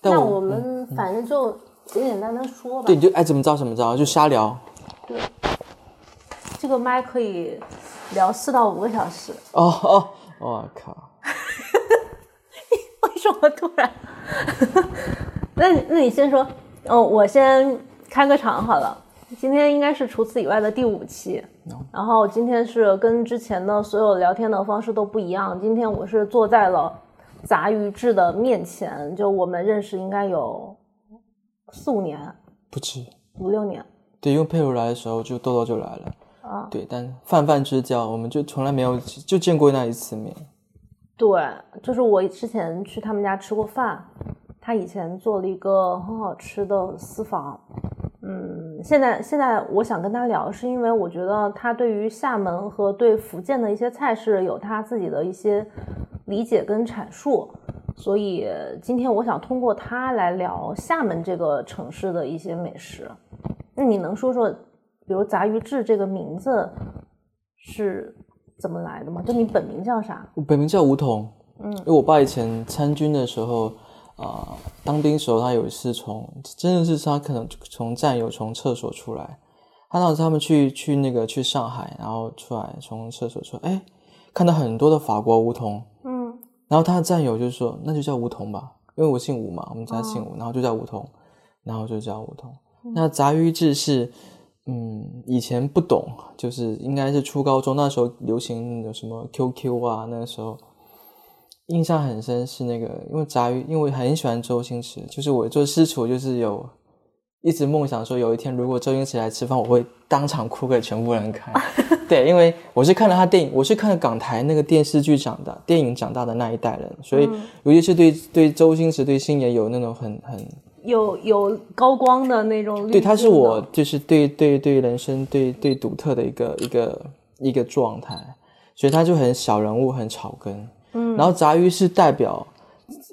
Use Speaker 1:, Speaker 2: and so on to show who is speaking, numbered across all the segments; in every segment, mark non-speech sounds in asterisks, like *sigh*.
Speaker 1: 但
Speaker 2: 那
Speaker 1: 我嗯
Speaker 2: 我们反正就简简单单说吧。
Speaker 1: 对，你就哎爱怎么着怎么着，就瞎聊。
Speaker 2: 这个麦可以聊四到五个小时。 *laughs*
Speaker 1: 哦哦，我靠！
Speaker 2: 为什么突然？ *laughs* 那你那你先说，哦，我先开个场好了。今天应该是除此以外的第五期，
Speaker 1: 哦
Speaker 2: 然后今天是跟之前的所有聊天的方式都不一样。今天我是坐在了杂鱼志的面前，就我们认识应该有四五年、
Speaker 1: 不止。
Speaker 2: 五六年。
Speaker 1: 对，因为佩如来的时候，就豆豆就来了。啊，对，但泛泛之交，我们就从来没有就见过那一次面。
Speaker 2: 对，就是我之前去他们家吃过饭，他以前做了一个很好吃的私房。嗯，现在现在我想跟他聊，是因为我觉得他对于厦门和对福建的一些菜式有他自己的一些理解跟阐述，所以今天我想通过他来聊厦门这个城市的一些美食。那你能说说，比如杂鱼志这个名字是怎么来的吗？就你本名叫啥？
Speaker 1: 我本名叫吴桐，嗯，因为我爸以前参军的时候，啊、当兵时候他有一次从，真的是他可能从战友从厕所出来，他当时他们去去那个去上海，然后出来从厕所出来，哎，看到很多的法国梧桐，
Speaker 2: 嗯。
Speaker 1: 然后他的战友就说那就叫梧桐吧，因为我姓吴嘛，我们家姓吴，然后就叫梧桐，然后就叫梧桐。那杂鱼志是。嗯，以前不懂，就是应该是初高中那时候流行有什么 QQ 啊，那个时候印象很深是那个，因为杂鱼，因为很喜欢周星驰，就是我做师厨，就是有一直梦想说有一天如果周星驰来吃饭，我会当场哭给全部人看。 *laughs* 对，因为我是看了他电影，我是看了港台那个电视剧长大、电影长大的那一代人，所以尤其是对对周星驰、对星爷有那种很很
Speaker 2: 有有高光的那种滤镜的，
Speaker 1: 对，它是我就是对对对人生对对独特的一个一个一个状态，所以他就很小人物，很草根。嗯，然后杂鱼是代表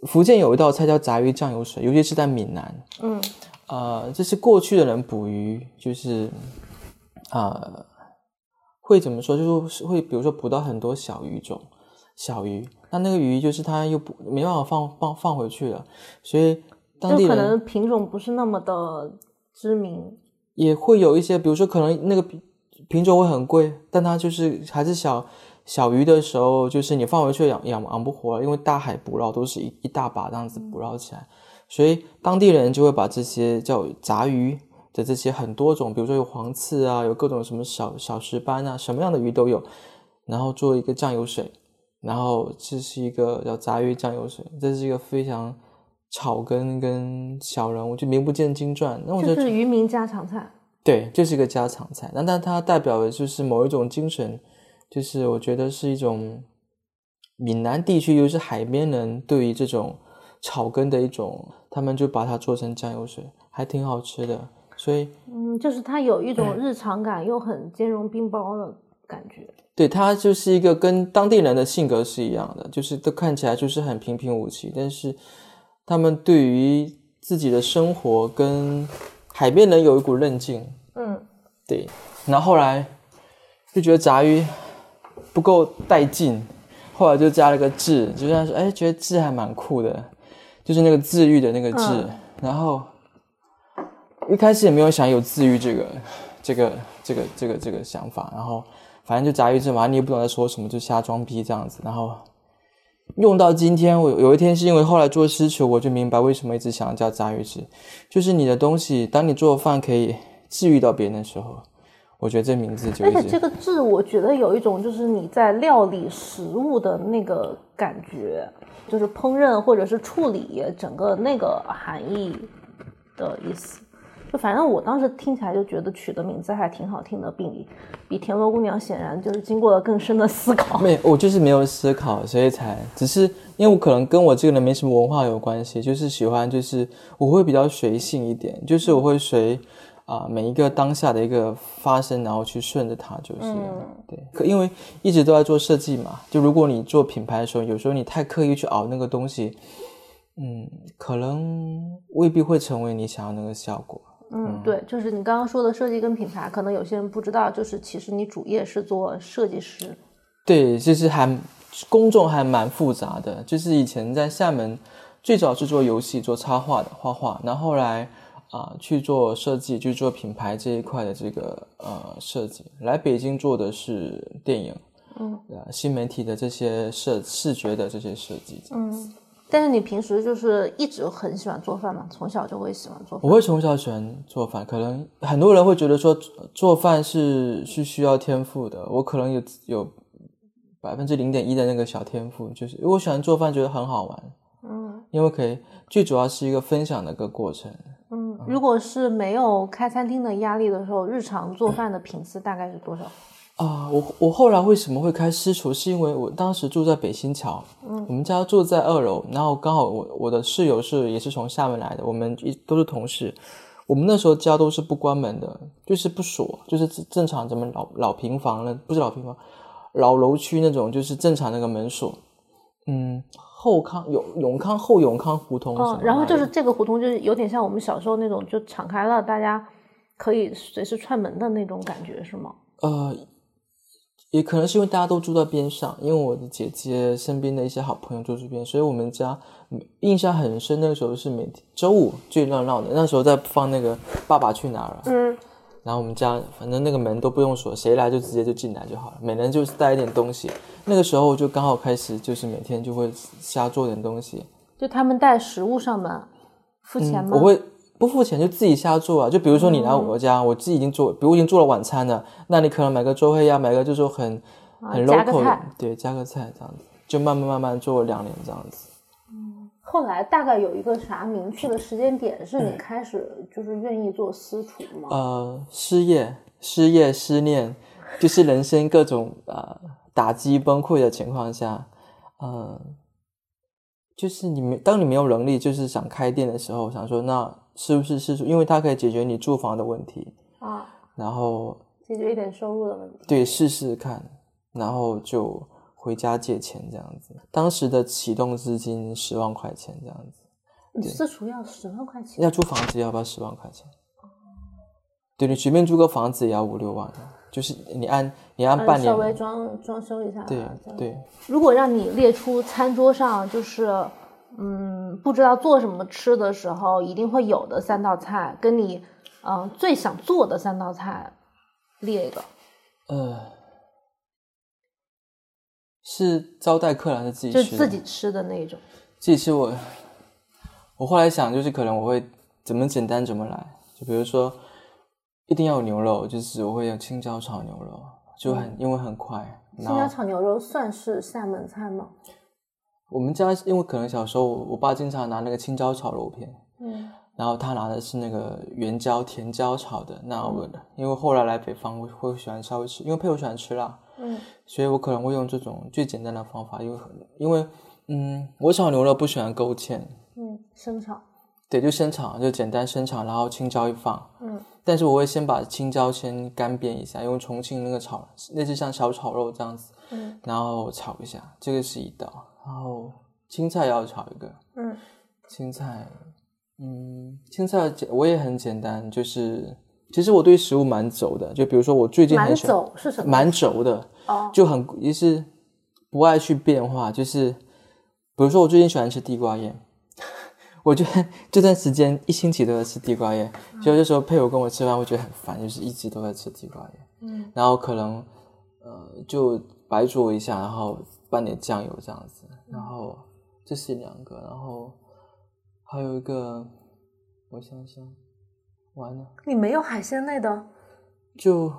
Speaker 1: 福建有一道菜叫杂鱼酱油水，尤其是在闽南。嗯，呃，这是过去的人捕鱼，就是呃会怎么说，就是会比如说捕到很多小鱼种。小鱼，那那个鱼就是它又不没办法放放放回去了，所以当地
Speaker 2: 就可
Speaker 1: 人
Speaker 2: 能品种不是那么的知名。
Speaker 1: 也会有一些，比如说可能那个品品种会很贵，但它就是还是小小鱼的时候，就是你放回去养养养不活了，因为大海捕捞都是一一大把这样子捕捞起来，所以当地人就会把这些叫杂鱼的这些很多种，比如说有黄刺啊，有各种什么小小石斑啊，什么样的鱼都有，然后做一个酱油水，然后这是一个叫杂鱼酱油水，这是一个非常。草根跟小人物就名不见经传，那我觉
Speaker 2: 就
Speaker 1: 得
Speaker 2: 是渔民家常菜。
Speaker 1: 对，就是一个家常菜。那但它代表的就是某一种精神，就是我觉得是一种闽南地区，尤其是海边人对于这种草根的一种，他们就把它做成酱油水，还挺好吃的。所以
Speaker 2: 嗯，就是它有一种日常感，又很兼容并包的感觉。
Speaker 1: 对它就是一个跟当地人的性格是一样的，就是都看起来就是很平平无奇，但是他们对于自己的生活跟海边人有一股韧劲，
Speaker 2: 嗯，
Speaker 1: 对，然后后来就觉得杂鱼不够带劲，后来就加了个治，就这样说，哎，觉得治还蛮酷的，就是那个治愈的那个治。然后一开始也没有想有治愈这个、这个、这个、这个、这个想法，然后反正就杂鱼治嘛，你也不懂在说什么，就瞎装逼这样子，然后。用到今天，我有一天是因为后来做师厨，我就明白为什么一直想要叫杂鱼治，就是你的东西，当你做饭可以治愈到别人的时候，我觉得这名字就
Speaker 2: 而
Speaker 1: 一
Speaker 2: 且
Speaker 1: 直
Speaker 2: 这个质，我觉得有一种就是你在料理食物的那个感觉，就是烹饪或者是处理整个那个含义的意思。就反正我当时听起来就觉得取的名字还挺好听的，比比田螺姑娘显然就是经过了更深的思考。
Speaker 1: 没，我就是没有思考，所以才只是因为我可能跟我这个人没什么文化有关系，就是喜欢就是我会比较随性一点，就是我会随啊、每一个当下的一个发生，然后去顺着它，就是、对。可因为一直都在做设计嘛，就如果你做品牌的时候，有时候你太刻意去熬那个东西，嗯，可能未必会成为你想要那个效果。
Speaker 2: 嗯， *laughs* 对，就是你刚刚说的设计跟品牌，可能有些人不知道，就是其实你主业是做设计师。
Speaker 1: 对，就是还公众还蛮复杂的，就是以前在厦门最早是做游戏、做插画的画画，然后后来啊、去做设计，去做品牌这一块的这个呃设计。来北京做的是电影，
Speaker 2: 嗯，
Speaker 1: 呃，新媒体的这些设视觉的这些设计。
Speaker 2: 嗯，但是你平时就是一直很喜欢做饭嘛，从小就会喜欢做饭。
Speaker 1: 我会从小喜欢做饭，可能很多人会觉得说做做饭是是需要天赋的，我可能有有百分之零点一的那个小天赋，就是因为我喜欢做饭，觉得很好玩，
Speaker 2: 嗯
Speaker 1: 因为可以最主要是一个分享的一个过程。
Speaker 2: 嗯，如果是没有开餐厅的压力的时候，日常做饭的频次大概是多少？
Speaker 1: 啊、我我后来为什么会开私厨？是因为我当时住在北新桥，嗯，我们家住在二楼，然后刚好我我的室友是也是从厦门来的，我们一都是同事，我们那时候家都是不关门的，就是不锁，就是正正常咱们老老平房了，不是老平房，老楼区那种，就是正常那个门锁，嗯，后康永永康后永康胡同什
Speaker 2: 嗯
Speaker 1: 么来，的，
Speaker 2: 然后就是这个胡同，就是有点像我们小时候那种，就敞开了，大家可以随时串门的那种感觉，是吗？
Speaker 1: 呃，也可能是因为大家都住在边上，因为我的姐姐身边的一些好朋友住这边，所以我们家嗯印象很深。那个时候是每天周五最热闹的，那时候在放那个《爸爸去哪儿了》，
Speaker 2: 嗯，
Speaker 1: 然后我们家反正那个门都不用锁，谁来就直接就进来就好了，每人就是带一点东西。那个时候就刚好开始，就是每天就会瞎做点东西，
Speaker 2: 就他们带食物上门，付钱吗？
Speaker 1: 嗯我会不付钱就自己瞎做啊。就比如说你
Speaker 2: 嗯
Speaker 1: 来我家，我自己已经做，比如我已经做了晚餐了，那你可能买个周黑鸭，买个就是很很
Speaker 2: 啊加个
Speaker 1: local，的
Speaker 2: 菜
Speaker 1: 对，加个菜这样子，就慢慢慢慢做两年这样子。
Speaker 2: 后来大概有一个啥明确的时间点，是
Speaker 1: 嗯
Speaker 2: 你开始就是愿意做私厨吗？
Speaker 1: 呃，失业、失业、失恋，就是人生各种呃打击崩溃的情况下，呃，就是你没当你没有能力，就是想开店的时候，想说那是不是是因为它可以解决你住房的问题，
Speaker 2: 啊，
Speaker 1: 然后
Speaker 2: 解决一点收入的问题。
Speaker 1: 对，试试看，然后就回家借钱这样子。当时的启动资金十万块钱这样子，
Speaker 2: 你私厨要十万块钱，
Speaker 1: 要租房子要不要十万块钱？对你随便租个房子也要五六万的，就是你按你按
Speaker 2: 嗯
Speaker 1: 半年
Speaker 2: 稍，微装装修一下。啊
Speaker 1: 对
Speaker 2: 这样
Speaker 1: 对，
Speaker 2: 如果让你列出餐桌上就是，嗯，不知道做什么吃的时候一定会有的三道菜，跟你嗯、呃最想做的三道菜列一个。
Speaker 1: 呃，是招待客人还是自己
Speaker 2: 就
Speaker 1: 吃的？
Speaker 2: 自己吃的那种，
Speaker 1: 这也是我，我后来想，就是可能我会怎么简单怎么来，就比如说，一定要有牛肉，就是我会有青椒炒牛肉，就很、因为很快。
Speaker 2: 嗯
Speaker 1: 然
Speaker 2: 青椒
Speaker 1: 后
Speaker 2: 炒牛肉算是厦门菜吗？
Speaker 1: 我们家因为可能小时候我我爸经常拿那个青椒炒肉片，
Speaker 2: 嗯，
Speaker 1: 然后他拿的是那个圆椒甜椒炒的。那我、
Speaker 2: 嗯
Speaker 1: 因为后来来北方，我会喜欢稍微吃，因为配我喜欢吃辣，
Speaker 2: 嗯，
Speaker 1: 所以我可能会用这种最简单的方法，因为很因为嗯，我炒牛肉不喜欢勾芡，
Speaker 2: 嗯，生炒，
Speaker 1: 对，就生炒，就简单生炒，然后青椒一放。
Speaker 2: 嗯，
Speaker 1: 但是我会先把青椒先干煸一下，用重庆那个炒，类似像小炒肉这样子，
Speaker 2: 嗯
Speaker 1: 然后炒一下，这个是一道。然后青菜也要炒一个，
Speaker 2: 嗯
Speaker 1: 青菜，嗯，青菜简我也很简单，就是其实我对食物蛮轴的，就比如说我最，近
Speaker 2: 满
Speaker 1: 很喜欢
Speaker 2: 走是什么？
Speaker 1: 蛮轴的，
Speaker 2: 哦，
Speaker 1: 就很也是不爱去变化，就是比如说我最近喜欢吃地瓜叶， *laughs* 我觉得这段时间一星期都在吃地瓜叶，
Speaker 2: 嗯
Speaker 1: 所以这时候配我跟我吃饭会觉得很烦，就是一直都在吃地瓜叶，
Speaker 2: 嗯，
Speaker 1: 然后可能呃就白灼一下，然后拌点酱油这样子，
Speaker 2: 嗯
Speaker 1: 然后这是两个，然后还有一个我想想，完了
Speaker 2: 你没有海鲜类的，
Speaker 1: 就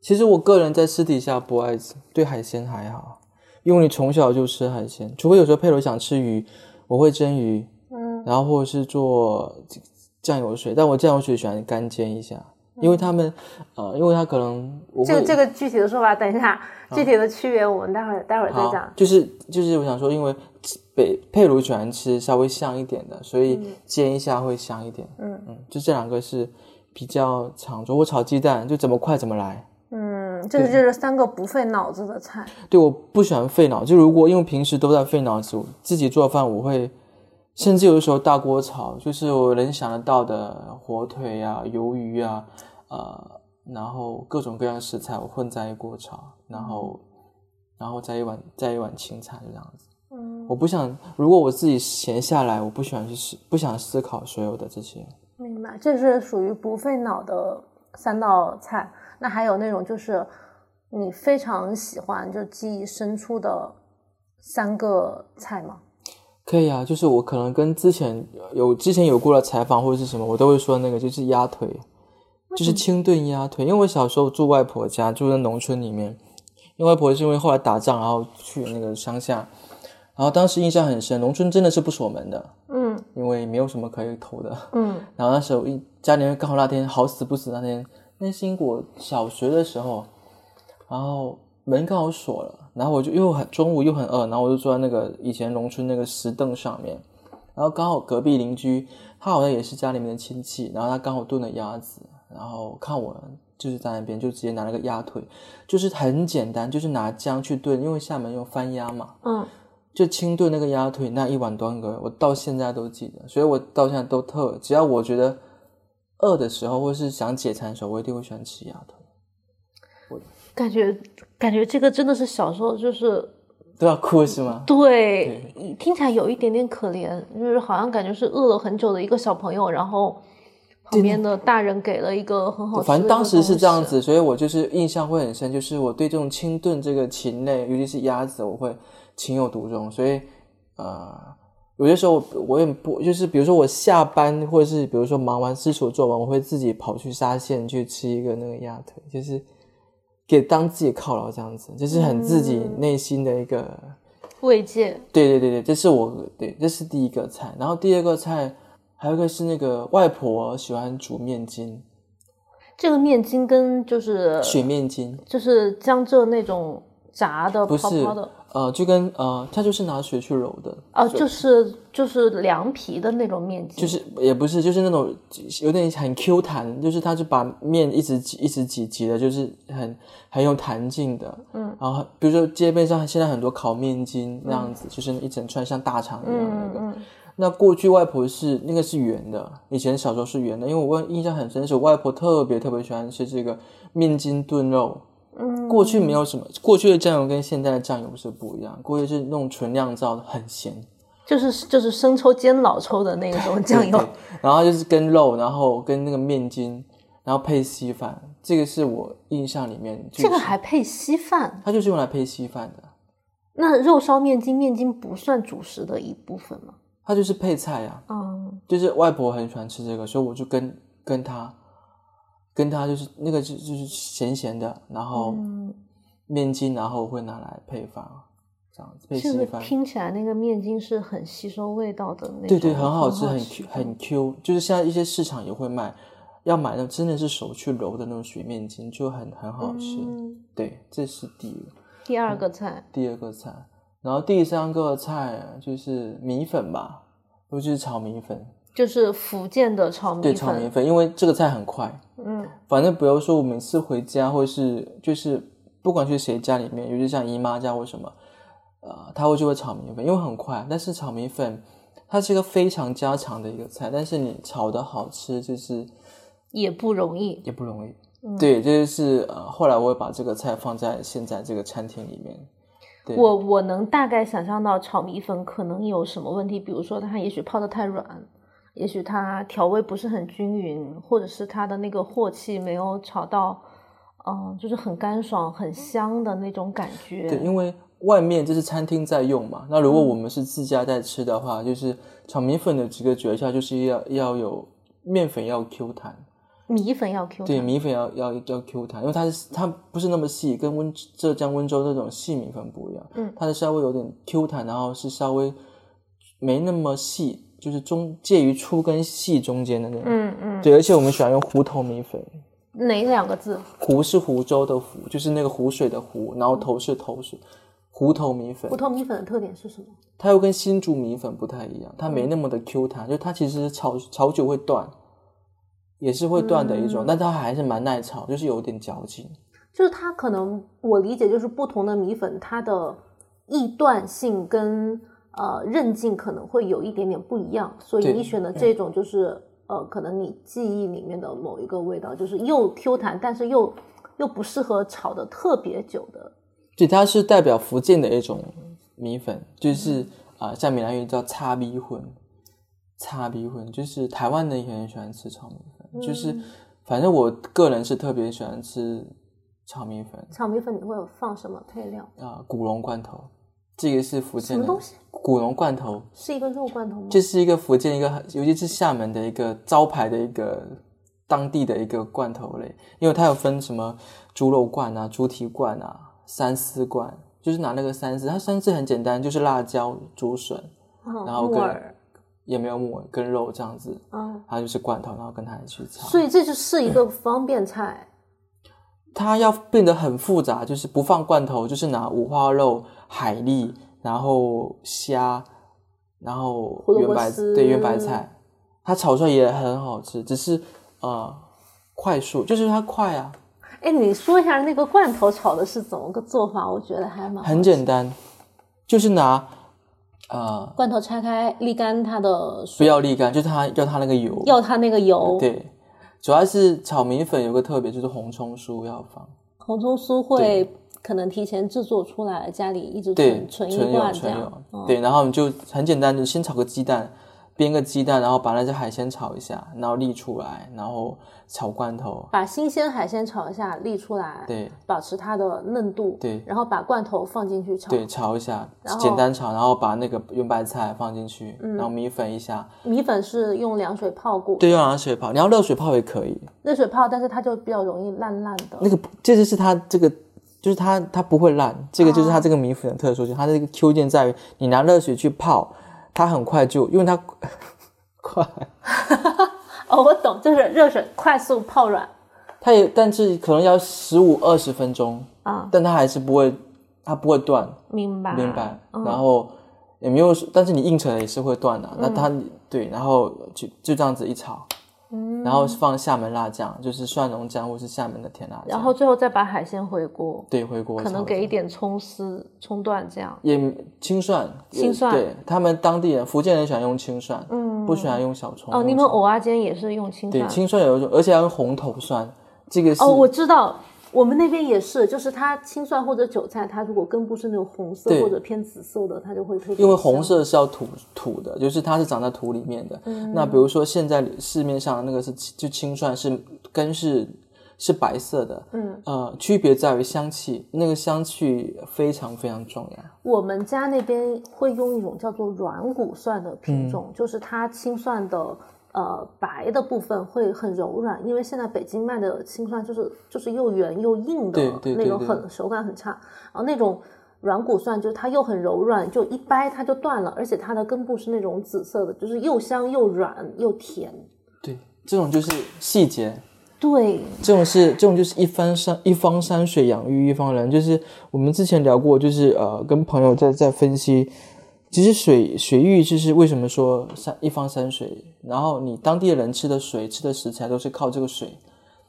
Speaker 1: 其实我个人在私底下不爱吃，对海鲜还好，因为你从小就吃海鲜，除非有时候配了想吃鱼，我会蒸鱼，
Speaker 2: 嗯
Speaker 1: 然后或者是做酱油水，但我酱油水喜欢干煎一下，因为他们呃，因为它可能我
Speaker 2: 这
Speaker 1: 会啊
Speaker 2: 个这个具体的说法，等一下，具体的区别我们待会儿待会儿再
Speaker 1: 好
Speaker 2: 讲。
Speaker 1: 就是就是我想说，因为北佩鲁喜欢吃稍微香一点的，所以煎一下会香一点，
Speaker 2: 嗯
Speaker 1: 嗯，就这两个是比较常做，我炒鸡蛋就怎么快怎么来。
Speaker 2: 嗯，这是这是三个不费脑子的菜，
Speaker 1: 对，我不喜欢费脑，就如果因为平时都在费脑子，我自己做饭我会，甚至有的时候大锅炒，就是我能想得到的火腿啊、鱿鱼啊，呃，然后各种各样的食材我混在一锅炒，然后，然后再一碗再一碗青菜就这样子。
Speaker 2: 嗯，
Speaker 1: 我不想，如果我自己闲下来，我不喜欢去思，不想思考所有的这些。
Speaker 2: 明白，这是属于不费脑的三道菜。那还有那种就是你非常喜欢，就记忆深处的三个菜吗？
Speaker 1: 可以啊，就是我可能跟之前有之前有过的采访或者是什么，我都会说那个就是鸭腿，
Speaker 2: 嗯
Speaker 1: 就是清炖鸭腿。因为我小时候住外婆家，住在农村里面，因为外婆是因为后来打仗，然后去那个乡下，然后当时印象很深，农村真的是不锁门的，
Speaker 2: 嗯
Speaker 1: 因为没有什么可以偷的。
Speaker 2: 嗯
Speaker 1: *laughs* 然后那时候一家里面刚好那天好死不死那天，那是英国小学的时候，然后门刚好锁了，然后我就又很中午又很饿，然后我就坐在那个以前农村那个石凳上面，然后刚好隔壁邻居他好像也是家里面的亲戚，然后他刚好炖了鸭子，然后看我就是在那边就直接拿了个鸭腿，就是很简单，就是拿姜去炖，因为厦门用番鸭嘛，
Speaker 2: 嗯，
Speaker 1: 就清炖那个鸭腿那一碗端格，我到现在都记得，所以我到现在都特，只要我觉得饿的时候，或是想解馋的时候，我一定会喜欢吃鸭腿。
Speaker 2: 感觉感觉这个真的是小时候就是
Speaker 1: 都要哭是吗？
Speaker 2: 对，听起来有一点点可怜，就是好像感觉是饿了很久的一个小朋友，然后旁边的大人给了一个很好吃的一个东西。啊
Speaker 1: 反正当时是这样子，所以我就是印象会很深，就是我对这种清炖这个禽类，尤其是鸭子，我会情有独钟。所以，呃，有些时候我我也不就是，比如说我下班或者是比如说忙完私厨做完，我会自己跑去沙县去吃一个那个鸭腿，就是给当自己犒劳这样子，就是很自己
Speaker 2: 嗯
Speaker 1: 内心的一个。
Speaker 2: 慰藉。
Speaker 1: 对对对对，这是我对，这是第一个菜。然后第二个菜还有一个是那个外婆喜欢煮面筋，
Speaker 2: 这个面筋跟就是
Speaker 1: 水面筋。
Speaker 2: 就是江浙那种炸的
Speaker 1: 不
Speaker 2: 泡
Speaker 1: 是
Speaker 2: 泡的，
Speaker 1: 呃，就跟呃，它就是拿水去揉的，
Speaker 2: 哦、就是就是凉皮的那种面筋，
Speaker 1: 就是也不是，就是那种有点很 Q 弹，就是它就把面一直挤一直挤挤的，就是很很有弹性的。嗯，然后比如说街边上现在很多烤面筋那样子，就是一整串像大肠一样的那个。那过去外婆是那个是圆的，以前小时候是圆的，因为我印象很深，是我外婆特别特别喜欢吃这个面筋炖肉。嗯，过去没有什么，过去的酱油跟现在的酱油是不一样，过去是弄纯酿造的，很咸。
Speaker 2: 就是就是生抽煎老抽的那种酱油
Speaker 1: 对，然后就是跟肉，然后跟那个面筋，然后配稀饭，这个是我印象里面、就是、
Speaker 2: 这个还配稀饭。
Speaker 1: 它就是用来配稀饭的，
Speaker 2: 那肉烧面筋，面筋不算主食的一部分吗？
Speaker 1: 它就是配菜呀、
Speaker 2: 嗯，
Speaker 1: 就是外婆很喜欢吃这个，所以我就跟跟她，跟她就是那个就就是咸咸的，然后
Speaker 2: 嗯
Speaker 1: 面筋，然后会拿来配饭，这样子配
Speaker 2: 这
Speaker 1: 稀
Speaker 2: 个
Speaker 1: 饭。
Speaker 2: 听起来那个面筋是很吸收味道的那种，
Speaker 1: 对对，很
Speaker 2: 很
Speaker 1: 好吃，很
Speaker 2: 吃
Speaker 1: Q 很 Q，就是现在一些市场也会卖，要买的真的是手去揉的那种水面筋，就很很好吃。嗯
Speaker 2: 嗯
Speaker 1: 对，这是第一个
Speaker 2: 第二个菜，
Speaker 1: 第二个菜，然后第三个菜就是米粉吧，尤其是炒米粉。
Speaker 2: 就是福建的炒米
Speaker 1: 对，
Speaker 2: 粉，
Speaker 1: 炒米粉，因为这个菜很快。
Speaker 2: 嗯，
Speaker 1: 反正比如说我每次回家，或是就是不管去谁家里面，尤其像姨妈家或什么，呃，他会就会炒米粉，因为很快。但是炒米粉它是一个非常家常的一个菜，但是你炒的好吃就是
Speaker 2: 也不容易。
Speaker 1: 也不容易。对，这就是呃，后来我会把这个菜放在现在这个餐厅里面。对
Speaker 2: 我我能大概想象到炒米粉可能有什么问题，比如说它也许泡的太软，也许它调味不是很均匀，或者是它的那个镬气没有炒到，嗯，就是很干爽、很香的那种感觉。
Speaker 1: 对，因为外面这是餐厅在用嘛，那
Speaker 2: 嗯
Speaker 1: 如果我们是自家在吃的话，就是炒米粉的几个诀窍就是要要有面粉要 Q 弹，
Speaker 2: 米粉要 Q
Speaker 1: 对，
Speaker 2: 弹，
Speaker 1: 米粉要要要 Q 弹，因为它是它不是那么细，跟温浙江温州那种细米粉不一样，
Speaker 2: 嗯，
Speaker 1: 它是稍微有点 Q 弹，然后是稍微没那么细，就是中介于粗跟细中间的那种，
Speaker 2: 嗯嗯，
Speaker 1: 对，而且我们喜欢用湖头米粉，
Speaker 2: 哪两个字？
Speaker 1: 湖是湖州的湖，就是那个湖水的湖，然后头是头水，湖头米粉
Speaker 2: 胡，同米粉的特点是什么？
Speaker 1: 它又跟新竹米粉不太一样，它
Speaker 2: 嗯
Speaker 1: 没那么的 Q 弹，就它其实炒炒久会断，也是会断的一
Speaker 2: 嗯
Speaker 1: 种，但它还是蛮耐炒，就是有点嚼劲。
Speaker 2: 就是它可能我理解就是不同的米粉，它的易断性跟呃韧劲可能会有一点点不一样，所以
Speaker 1: 对
Speaker 2: 你选的这种就是呃，可能你记忆里面的某一个味道，就是又 Q 弹，但是又又不适合炒的特别久的。嗯
Speaker 1: 对，它是代表福建的一种米粉，就是、啊、呃，像闽南语叫叉逼混，叉逼混就是台湾人也很喜欢吃炒米粉，
Speaker 2: 嗯
Speaker 1: 就是反正我个人是特别喜欢吃炒米粉
Speaker 2: 炒米粉你会有放什么配料？
Speaker 1: 啊、古龙罐头，这个是福
Speaker 2: 什
Speaker 1: 建
Speaker 2: 么
Speaker 1: 的
Speaker 2: 东西？
Speaker 1: 古龙罐头，
Speaker 2: 是一个肉罐头吗？
Speaker 1: 这是一个福建一个很，尤其是厦门的一个招牌的一个当地的一个罐头类，因为它有分什么猪肉罐啊、猪蹄罐啊、三丝罐，就是拿那个三丝，它三丝很简单，就是辣椒、竹笋，
Speaker 2: 嗯
Speaker 1: 然后
Speaker 2: 木
Speaker 1: 跟
Speaker 2: 耳，
Speaker 1: 也没有木耳跟肉这样子，
Speaker 2: 嗯，
Speaker 1: 它就是罐头，然后跟它一起炒。
Speaker 2: 所以这就是一个方便菜。
Speaker 1: 它要变得很复杂，就是不放罐头，就是拿五花肉、海蛎，然后虾，然后
Speaker 2: 胡萝
Speaker 1: 圆
Speaker 2: 卜
Speaker 1: 白
Speaker 2: 丝
Speaker 1: 对圆白菜，它炒出来也很好吃，只是呃快速，就是它快啊，
Speaker 2: 哎，你说一下那个罐头炒的是怎么个做法？我觉得还蛮
Speaker 1: 很简单，就是拿呃
Speaker 2: 罐头拆开沥干它的水，
Speaker 1: 不要沥干，就是它要它那个油，
Speaker 2: 要它那个油，
Speaker 1: 对，主要是炒米粉有个特别就是红葱酥要放，
Speaker 2: 红葱酥会可能提前制作出来，家里一直
Speaker 1: 对
Speaker 2: 存，存一
Speaker 1: 有
Speaker 2: 罐这
Speaker 1: 纯有
Speaker 2: 样。，嗯
Speaker 1: 对，然后你就很简单，就先炒个鸡蛋，煸个鸡蛋，然后把那些海鲜炒一下，然后沥出来，然后炒罐头，
Speaker 2: 把新鲜海鲜炒一下，沥出来，
Speaker 1: 对
Speaker 2: 保持它的嫩度，
Speaker 1: 对
Speaker 2: 然后把罐头放进去炒，
Speaker 1: 对，炒一下
Speaker 2: 然，
Speaker 1: 简
Speaker 2: 后嗯
Speaker 1: 单炒，然后把那个圆白菜放进去，然后米粉一下，
Speaker 2: 米粉是用凉水泡过，
Speaker 1: 对，用冷水泡，你要热水泡也可以，
Speaker 2: 热水泡，但是它就比较容易烂烂的。
Speaker 1: 那个这就是它这个。就是它，它不会烂，这个就是
Speaker 2: 哦
Speaker 1: 它这个米粉的特殊性。它这个 Q 键在于，你拿热水去泡，它很快就，因为它快，
Speaker 2: 哦，我懂，就是热水快速泡软
Speaker 1: 它也，但是可能要十五二十分钟，
Speaker 2: 啊，
Speaker 1: 但它还是不会，它不会断，
Speaker 2: 明白，
Speaker 1: 明白？
Speaker 2: 嗯
Speaker 1: 然后也没有，但是你硬扯也是会断的、啊那它对，然后就就这样子一炒，
Speaker 2: 嗯
Speaker 1: 然后放厦门辣酱，就是蒜蓉酱或是厦门的甜辣酱，
Speaker 2: 然后最后再把海鲜回锅，
Speaker 1: 对回锅
Speaker 2: 嗯可能
Speaker 1: 炒
Speaker 2: 给一点葱丝、葱段这样。
Speaker 1: 也青蒜，也
Speaker 2: 青蒜
Speaker 1: 对他们当地人福建人喜欢用青蒜，嗯，不喜欢用小葱
Speaker 2: 哦，你
Speaker 1: 用
Speaker 2: 们藕啊煎也是用青
Speaker 1: 对
Speaker 2: 蒜？
Speaker 1: 青蒜有一种，而且要用红头蒜，这个是、
Speaker 2: 哦，我知道，我们那边也是，就是它青蒜或者韭菜，它如果根部是那种红色
Speaker 1: 对
Speaker 2: 或者偏紫色的，它就会特别
Speaker 1: 因为红
Speaker 2: 香
Speaker 1: 色是要土土的，就是它是长在土里面的。那比如说现在市面上的那个是青就青蒜是根是是白色的，嗯，呃，区别在于香气，那个香气非常非常重要。
Speaker 2: 我们家那边会用一种叫做软骨蒜的品种，
Speaker 1: 嗯
Speaker 2: 就是它青蒜的呃白的部分会很柔软，因为现在北京卖的青蒜就是就是又圆又硬的
Speaker 1: 对对
Speaker 2: 那
Speaker 1: 对
Speaker 2: 种
Speaker 1: 对
Speaker 2: 很手感很差，然后那种。软骨蒜就是它又很柔软，就一掰它就断了，而且它的根部是那种紫色的，就是又香又软又甜。
Speaker 1: 对，这种就是细节，
Speaker 2: 对，
Speaker 1: 这种是这种就是一方山一方山水养育一方人，就是我们之前聊过，就是呃跟朋友在在分析，其实水水域就是为什么说山一方山水，然后你当地的人吃的水吃的食材都是靠这个水，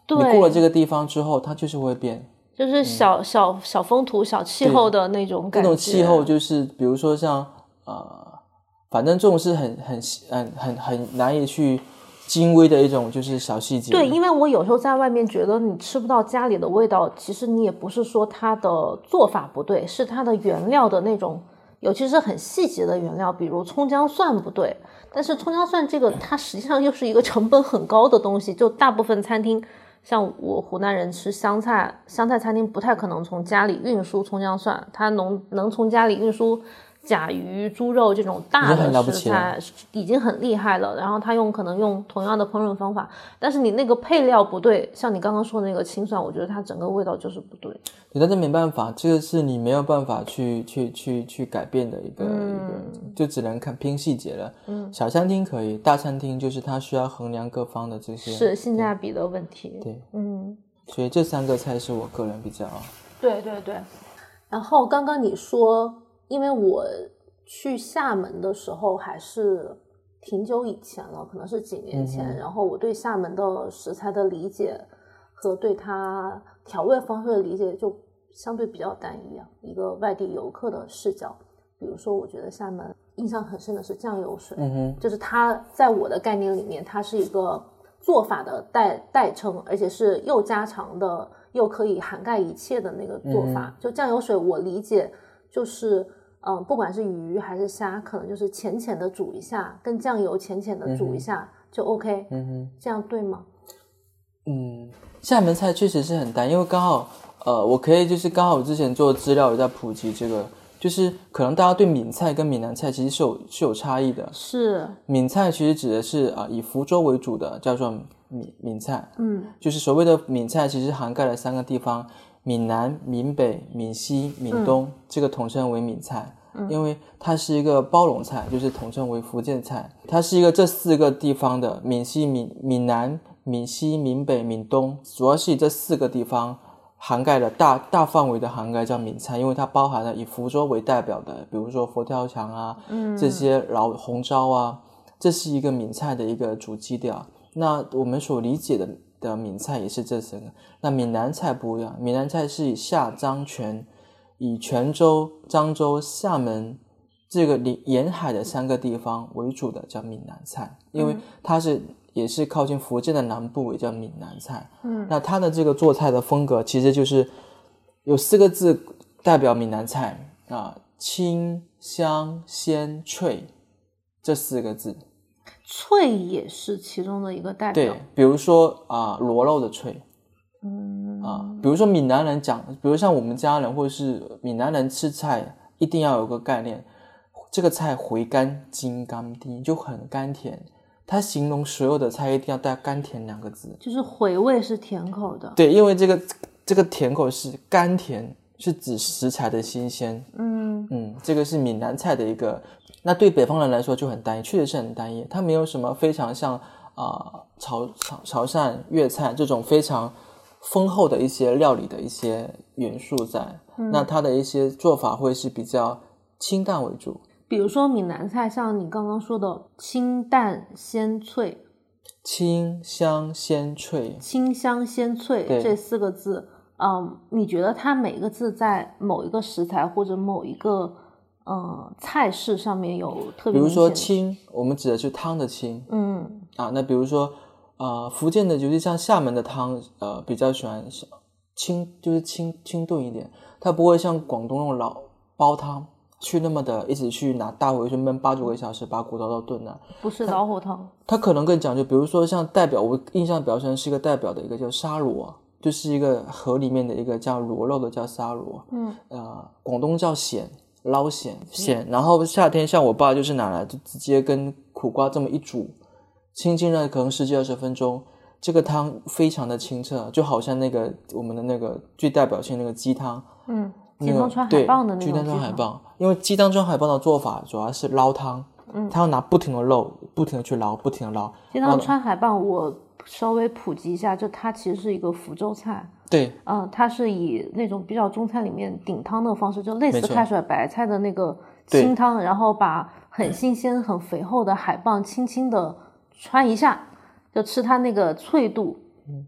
Speaker 2: 对，
Speaker 1: 你过了这个地方之后，它就是会变。
Speaker 2: 就是小、小小风土、小气候的那种
Speaker 1: 这
Speaker 2: 感觉。
Speaker 1: 种气候就是，比如说像呃，反正这种是很很很很很难以去精微的一种就是小细节。
Speaker 2: 对，因为我有时候在外面觉得你吃不到家里的味道，其实你也不是说它的做法不对，是它的原料的那种，尤其是很细节的原料，比如葱姜蒜不对。但是葱姜蒜这个，它实际上又是一个成本很高的东西，就大部分餐厅。像我湖南人吃湘菜，湘菜餐厅不太可能从家里运输葱姜蒜，它能能从家里运输甲鱼、猪肉这种
Speaker 1: 已
Speaker 2: 大
Speaker 1: 经很了
Speaker 2: 的
Speaker 1: 不
Speaker 2: 食
Speaker 1: 起了
Speaker 2: 材，已经很厉害了。然后他用可能用同样的烹饪方法，但是你那个配料不对，像你刚刚说的那个青蒜，我觉得它整个味道就是不对。
Speaker 1: 对，但是没办法，这个是你没有办法去去去去改变的一个、一个，就只能看拼细节了。嗯，小餐厅可以，大餐厅就是它需要衡量各方的这些。
Speaker 2: 是性价比的问题。
Speaker 1: 对，
Speaker 2: 嗯，
Speaker 1: 所以这三个菜是我个人比较
Speaker 2: 对对对。然后刚刚你说，因为我去厦门的时候还是挺久以前了，可能是几年前，然后我对厦门的食材的理解和对它调味方式的理解就相对比较单一啊，一个外地游客的视角。比如说，我觉得厦门印象很深的是酱油水，
Speaker 1: 嗯哼，
Speaker 2: 就是它在我的概念里面，它是一个做法的代代称，而且是又家常的，
Speaker 1: 嗯
Speaker 2: 又可以涵盖一切的那个做法。就酱油水，我理解就是嗯，不管是鱼还是虾，可能就是浅浅的煮一下，跟酱油浅浅的煮一下、就 OK，
Speaker 1: 嗯哼。
Speaker 2: 这样对吗？
Speaker 1: 嗯，厦门菜确实是很淡，因为刚好，呃，我可以就是刚好我之前做资料有在普及这个，就是可能大家对闽菜跟闽南菜其实是有是有差异的。
Speaker 2: 是，
Speaker 1: 闽菜其实指的是啊、呃以福州为主的叫做闽闽菜，
Speaker 2: 嗯
Speaker 1: 就是所谓的闽菜其实涵盖了三个地方：闽南、闽北、闽西、闽东，这个统称为闽菜。因为它是一个包容菜，就是统称为福建菜。它是一个这四个地方的闽西、闽闽南、闽西、闽北、闽东，主要是以这四个地方涵盖了大大范围的涵盖叫闽菜，因为它包含了以福州为代表的，比如说佛跳墙啊，嗯，这些老红烧啊，这是一个闽菜的一个主基调。那我们所理解的的闽菜也是这三个。那闽南菜不一样，闽南菜是以下漳泉、以泉州、漳州、厦门这个沿沿海的三个地方为主的叫闽南菜，因为它是也是靠近福建的南部，也叫闽南菜。嗯，那它的这个做菜的风格其实就是有四个字代表闽南菜啊、清香鲜脆这四个字。
Speaker 2: 脆也是其中的一个代
Speaker 1: 对
Speaker 2: 表。，
Speaker 1: 比如说啊、螺肉的脆，
Speaker 2: 嗯
Speaker 1: 啊，比如说闽南人讲，比如像我们家人或者是闽南人吃菜，一定要有个概念，这个菜回甘金甘低，就很甘甜。它形容所有的菜一定要带“甘甜”两个字。
Speaker 2: 就是回味是甜口的。
Speaker 1: 对，因为这个这个甜口是甘甜，是指食材的新鲜。
Speaker 2: 嗯，
Speaker 1: 嗯，这个是闽南菜的一个，那对北方人来说就很单一，确实是很单一，它没有什么非常像啊、潮潮潮汕粤菜这种非常丰厚的一些料理的一些元素在，
Speaker 2: 嗯
Speaker 1: 那它的一些做法会是比较清淡为主，
Speaker 2: 比如说闽南菜，像你刚刚说的清淡鲜脆、
Speaker 1: 清香鲜脆。
Speaker 2: 清香鲜脆
Speaker 1: 对
Speaker 2: 这四个字，嗯，你觉得它每个字在某一个食材或者某一个呃菜式上面有特
Speaker 1: 比
Speaker 2: 别
Speaker 1: 如
Speaker 2: 明
Speaker 1: 说
Speaker 2: 显的？
Speaker 1: 清，我们指的是汤的清
Speaker 2: 嗯
Speaker 1: 啊。那比如说，呃，福建的，就是像厦门的汤，呃，比较喜欢是清，就是清清炖一点，它不会像广东那种老煲汤去那么的一直去拿大火去焖八九个小时，把骨头都炖烂。
Speaker 2: 不是老火汤，
Speaker 1: 它可能更讲究，比如说像代表，我印象比较深是一个代表的一个叫沙螺，就是一个河里面的一个叫螺肉的叫沙螺，
Speaker 2: 嗯，
Speaker 1: 呃，广东叫蚬，捞蚬，蚬。然后夏天像我爸就是拿来就直接跟苦瓜这么一煮，轻轻的可能十几二十分钟，这个汤非常的清澈，就好像那个我们的那个最代表性那个鸡汤，
Speaker 2: 嗯，
Speaker 1: 那
Speaker 2: 金
Speaker 1: 个
Speaker 2: 刚川海
Speaker 1: 对
Speaker 2: 蚌的那
Speaker 1: 鸡
Speaker 2: 种
Speaker 1: 蛋川
Speaker 2: 鸡
Speaker 1: 海
Speaker 2: 汤
Speaker 1: 蚌，因为鸡蛋川海蚌的做法主要是捞汤，嗯，他要拿不停的肉，不停的去捞，不停的捞，
Speaker 2: 金刚川海蚌，我稍微普及一下，就它其实是一个福州菜。
Speaker 1: 对，
Speaker 2: 嗯，它是以那种比较中菜里面顶汤的方式，就类似
Speaker 1: 没错
Speaker 2: 开水白菜的那个
Speaker 1: 对
Speaker 2: 清汤，然后把很新鲜、很肥厚的海蚌轻轻的穿一下，就吃它那个脆度，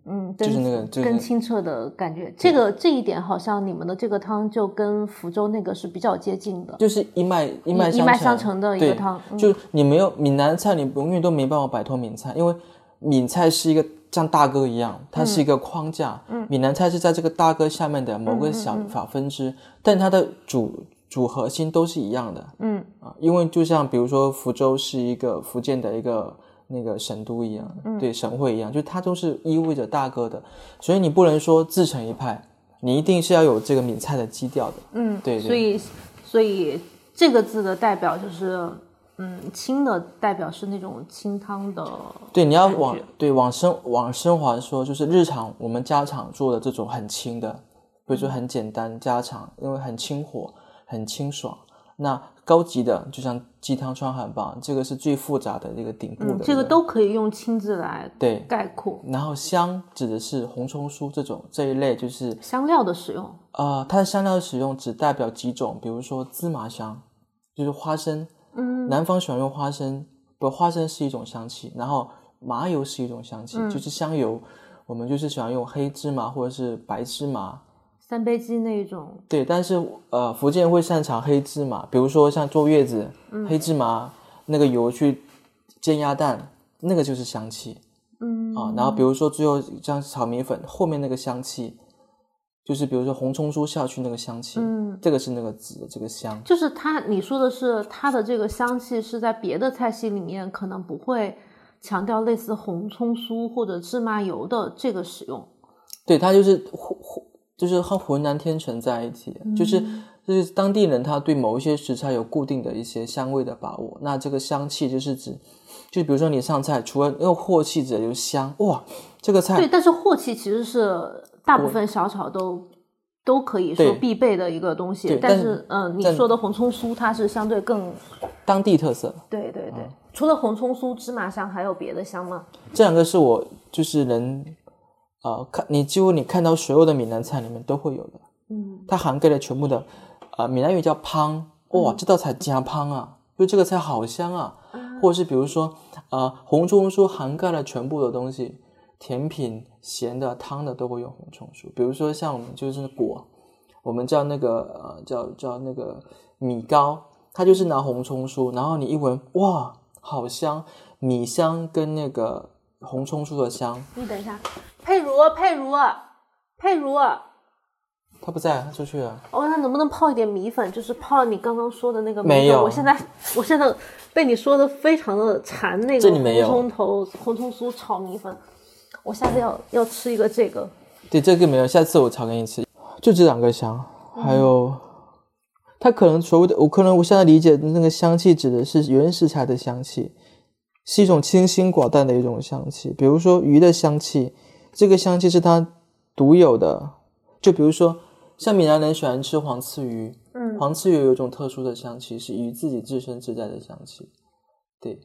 Speaker 2: 嗯，跟
Speaker 1: 就是那个就是
Speaker 2: 跟清澈的感觉。这个这一点好像你们的这个汤就跟福州那个是比较接近的，
Speaker 1: 就是一脉一脉
Speaker 2: 一脉相
Speaker 1: 相
Speaker 2: 承的一
Speaker 1: 对
Speaker 2: 个汤嗯
Speaker 1: 就你没有闽南菜，你永远都没办法摆脱闽菜，因为闽菜是一个像大哥一样，它是一个框架。
Speaker 2: 嗯
Speaker 1: 闽南菜是在这个大哥下面的某个小法分
Speaker 2: 嗯
Speaker 1: 支，但它的主主核心都是一样的。
Speaker 2: 嗯
Speaker 1: 啊，因为就像比如说福州是一个福建的一个那个省都一样，
Speaker 2: 嗯
Speaker 1: 对省会一样，就它都是依偎着大哥的，所以你不能说自成一派，你一定是要有这个闽菜的基调的。
Speaker 2: 嗯，
Speaker 1: 对对
Speaker 2: 所以所以这个字的代表就是，嗯，清的代表是那种清汤的，
Speaker 1: 对，你要
Speaker 2: 感
Speaker 1: 往
Speaker 2: 觉
Speaker 1: 对往升往升华说，就是日常我们家常做的这种很轻的，
Speaker 2: 嗯
Speaker 1: 比如说很简单家常，因为很清火，很清爽。那高级的，就像鸡汤川海蚌，这个是最复杂的一个顶部的一、
Speaker 2: 嗯，这个都可以用清字来
Speaker 1: 对。
Speaker 2: 概括。
Speaker 1: 然后香指的是红葱酥这种这一类，就是
Speaker 2: 香料的使用，
Speaker 1: 呃，它的香料使用只代表几种，比如说芝麻香，就是花生，
Speaker 2: 嗯，
Speaker 1: 南方喜欢用花生，不，花生是一种香气，然后麻油是一种香气，就是香油，我们就是喜欢用黑芝麻或者是白芝麻，
Speaker 2: 三杯鸡那一种，
Speaker 1: 对，但是呃，福建会擅长黑芝麻，比如说像坐月子，
Speaker 2: 嗯
Speaker 1: 黑芝麻那个油去煎鸭蛋，那个就是香气
Speaker 2: 嗯，
Speaker 1: 啊，然后比如说最后像炒米粉后面那个香气，就是比如说红葱酥下去那个香气，
Speaker 2: 嗯，
Speaker 1: 这个是那个籽的这个香，
Speaker 2: 就是它，你说的是它的这个香气是在别的菜系里面可能不会强调类似红葱酥或者芝麻油的这个使用。
Speaker 1: 对，它就是混混，就是和浑然天成在一起，就是就是当地人他对某一些食材有固定的一些香味的把握。那这个香气就是指，就比如说你上菜，除了那个镬气指的就是香，哇，这个
Speaker 2: 对，
Speaker 1: 菜
Speaker 2: 但是镬气其实是大部分小炒都都可以说
Speaker 1: 对
Speaker 2: 必备的一个东西
Speaker 1: 对，
Speaker 2: 但
Speaker 1: 但
Speaker 2: 是
Speaker 1: 是
Speaker 2: 嗯、呃你
Speaker 1: 但
Speaker 2: 说的红葱酥它是相对更
Speaker 1: 当地特色。
Speaker 2: 对对对，除了红葱酥、芝麻香，还有别的香吗？
Speaker 1: 这两个是我就是能，呃，看你几乎你看到所有的闽南菜里面都会有的，
Speaker 2: 嗯，
Speaker 1: 它涵盖了全部的，呃，闽南语叫汤，哇，这道菜加汤啊，就这个菜好香啊，或者是比如说，呃，红葱酥涵盖了全部的东西，甜品、咸的、汤的都会用红葱酥，比如说像我们就是果，我们叫那个呃叫叫那个米糕，它就是拿红葱酥，然后你一闻，哇，好香，米香跟那个红葱酥的香，
Speaker 2: 你等一下，佩如，佩如，佩如，
Speaker 1: 它不在，它出去了。
Speaker 2: 我问他能不能泡一点米粉，就是泡你刚刚说的那个米粉。
Speaker 1: 没有
Speaker 2: 我现在我现在被你说的非常的馋那个
Speaker 1: 这里
Speaker 2: 红
Speaker 1: 没有
Speaker 2: 葱头、红葱酥炒米粉，我下次要要吃一个这个。
Speaker 1: 对，这个没有，下次我炒给你吃。就这两个香，还有，
Speaker 2: 嗯
Speaker 1: 它可能所谓的，我可能我现在理解的那个香气指的是原食材的香气，是一种清新寡淡的一种香气。比如说鱼的香气，这个香气是它独有的。就比如说，像闽南人喜欢吃黄刺鱼，
Speaker 2: 嗯，
Speaker 1: 黄刺鱼有一种特殊的香气，是鱼自己自身自带的香气。对，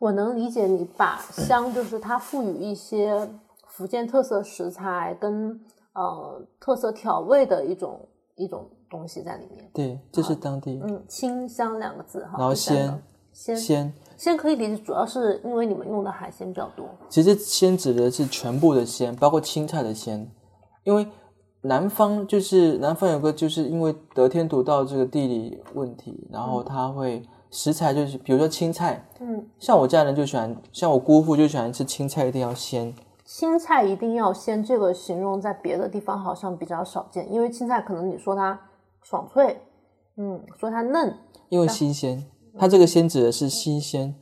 Speaker 2: 我能理解你把香，就是它赋予一些福建特色食材跟呃特色调味的一种一种东西在里面。
Speaker 1: 对，这是当地
Speaker 2: 嗯，清香两个字哈。
Speaker 1: 然后
Speaker 2: 第三个鲜
Speaker 1: 鲜。
Speaker 2: 鲜可以理解，主要是因为你们用的海鲜比较多。
Speaker 1: 其实鲜指的是全部的鲜，包括青菜的鲜，因为南方就是南方有个就是因为得天独厚这个地理问题，然后它会食材就是比如说青菜，
Speaker 2: 嗯，
Speaker 1: 像我家人就喜欢，像我姑父就喜欢吃青菜，一定要鲜。
Speaker 2: 青菜一定要鲜，这个形容在别的地方好像比较少见，因为青菜可能你说它爽脆，嗯，说它嫩，
Speaker 1: 因为新鲜，它这个鲜指的是新鲜，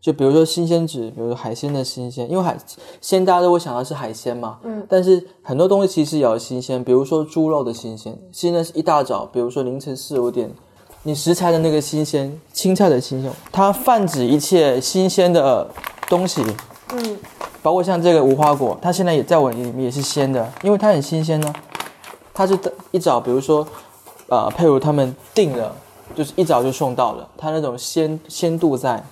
Speaker 1: 就比如说新鲜指，比如说海鲜的新鲜，因为海鲜大家都会想到是海鲜嘛，嗯，但是很多东西其实也有新鲜，比如说猪肉的新鲜，新鲜是一大早，比如说凌晨四五点，你食材的那个新鲜，青菜的新鲜，它泛指一切新鲜的东西，
Speaker 2: 嗯，
Speaker 1: 包括像这个无花果，它现在也在我里面也是鲜的，因为它很新鲜呢、它是一早，比如说，呃，佩如他们订了，就是一早就送到了，它那种鲜鲜度在。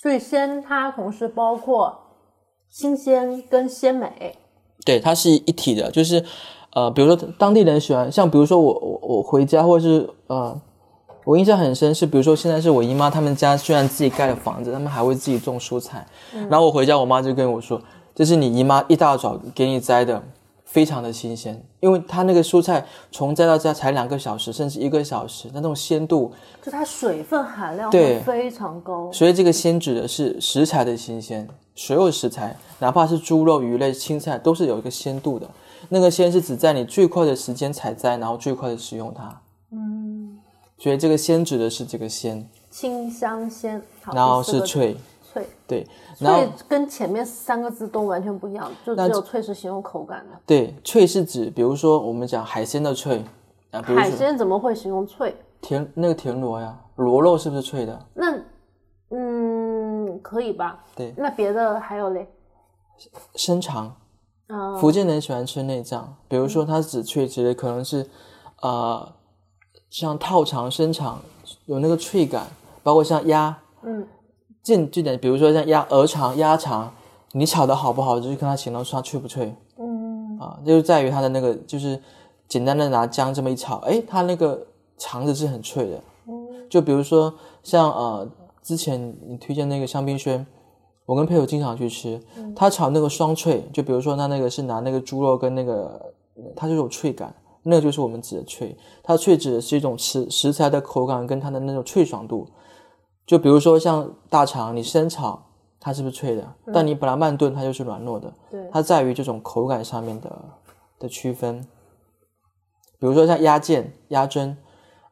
Speaker 2: 所以鲜它同时包括新鲜跟鲜美，
Speaker 1: 对，它是一体的，就是，呃，比如说当地人喜欢，像比如说我我我回家，或是呃，我印象很深是，比如说现在是我姨妈他们家虽然自己盖了房子，他们还会自己种蔬菜，然后我回家，我妈就跟我说，这是你姨妈一大早给你摘的，非常的新鲜，因为它那个蔬菜从摘到家才两个小时，甚至一个小时，那种鲜度，
Speaker 2: 就它水分含量会
Speaker 1: 对
Speaker 2: 非常高。
Speaker 1: 所以这个鲜指的是食材的新鲜，所有食材，哪怕是猪肉、鱼类、青菜，都是有一个鲜度的。那个鲜是指在你最快的时间采摘，然后最快的使用它。嗯，所以这个鲜指的是这个鲜，
Speaker 2: 清香鲜，好
Speaker 1: 然
Speaker 2: 第
Speaker 1: 后
Speaker 2: 哦四
Speaker 1: 是
Speaker 2: 个
Speaker 1: 脆，
Speaker 2: 脆，
Speaker 1: 对，然后
Speaker 2: 脆跟前面三个字都完全不一样，就只有脆是形容口感的。
Speaker 1: 对脆是指，比如说我们讲海鲜的脆啊，比如
Speaker 2: 海
Speaker 1: 说
Speaker 2: 鲜怎么会形容脆？
Speaker 1: 田那个田螺呀，螺肉是不是脆的？
Speaker 2: 那，嗯，可以吧？
Speaker 1: 对
Speaker 2: 那别的还有嘞，
Speaker 1: 生肠，
Speaker 2: 嗯、
Speaker 1: 福建人喜欢吃内脏，比如说它指脆指的可能是，呃，像套肠、生肠有那个脆感，包括像鸭，
Speaker 2: 嗯，
Speaker 1: 近近点，比如说像鸭鹅肠、鸭肠，你炒的好不好，就是看它形容出它脆不脆
Speaker 2: 嗯，
Speaker 1: 啊、就是在于它的那个，就是简单的拿姜这么一炒，哎，它那个肠子是很脆的。就比如说像呃，之前你推荐那个香槟轩，我跟佩友经常去吃，他炒那个双脆，就比如说他那个是拿那个猪肉跟那个，它就有脆感，那个就是我们指的脆。它脆指的是一种食食材的口感跟它的那种脆爽度。就比如说像大肠，你生炒它是不是脆的？但你把它慢炖，它就是软糯的。
Speaker 2: 对
Speaker 1: 它在于这种口感上面的的区分。比如说像鸭腱、鸭胗，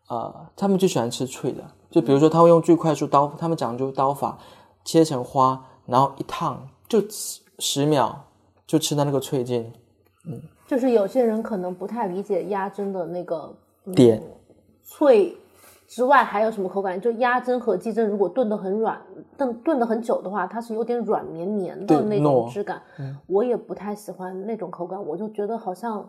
Speaker 1: 呃，他们就喜欢吃脆的。就比如说，他会用最快速刀，他们讲究刀法，切成花，然后一烫就十秒就吃到那个脆劲
Speaker 2: 就是有些人可能不太理解鸭胗的那个
Speaker 1: 点。
Speaker 2: 脆之外还有什么口感？就鸭胗和鸡胗，如果炖得很软，炖炖得很久的话，它是有点软绵绵的
Speaker 1: 对
Speaker 2: 那种
Speaker 1: 糯嗯
Speaker 2: 质感。我也不太喜欢那种口感，我就觉得好像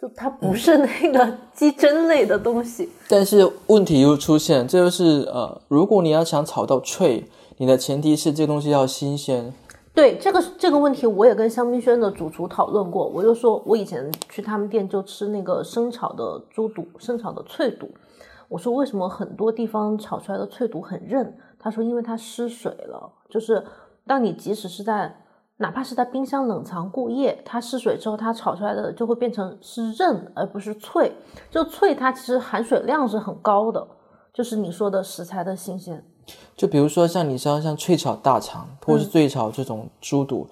Speaker 2: 就它
Speaker 1: 嗯
Speaker 2: 不是那个鸡胗类的东西。
Speaker 1: 但是问题又出现，这就是呃，如果你要想炒到脆，你的前提是这东西要新鲜。
Speaker 2: 对这个这个问题，我也跟香槟轩的主厨讨论过。我就说，我以前去他们店就吃那个生炒的猪肚，生炒的脆肚。我说为什么很多地方炒出来的脆肚很韧？他说因为它失水了，就是当你即使是在哪怕是在冰箱冷藏过夜，它失水之后，它炒出来的就会变成是韧而不是脆。就脆它其实含水量是很高的，就是你说的食材的新鲜。
Speaker 1: 就比如说像你像像脆炒大肠，或是脆炒这种猪肚，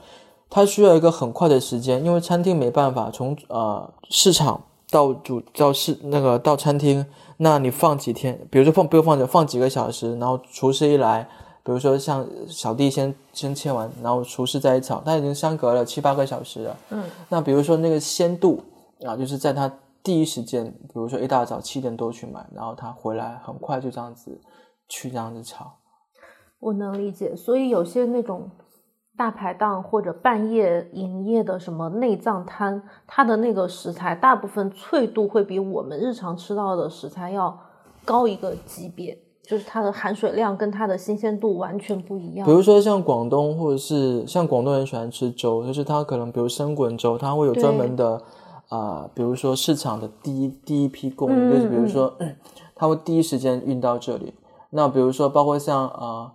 Speaker 1: 它需要一个很快的时间，因为餐厅没办法从呃市场到主到市那个到餐厅，那你放几天，比如说放不用放久，放几个小时，然后厨师一来，比如说像小弟先先切完，然后厨师再一炒，它已经相隔了七八个小时了。嗯，那比如说那个鲜度啊，就是在它第一时间，比如说一大早七点多去买，然后他回来很快就这样子去这样子炒。
Speaker 2: 我能理解，所以有些那种大排档或者半夜营业的什么内脏摊，它的那个食材大部分脆度会比我们日常吃到的食材要高一个级别，就是它的含水量跟它的新鲜度完全不一样
Speaker 1: 比。如说像广东，或者是像广东人喜欢吃粥，就是他可能比如生滚粥，他会有专门的，呃，比如说市场的第一第一批供应，就是比如说 *clears throat* 他会第一时间运到这里。那比如说包括像呃，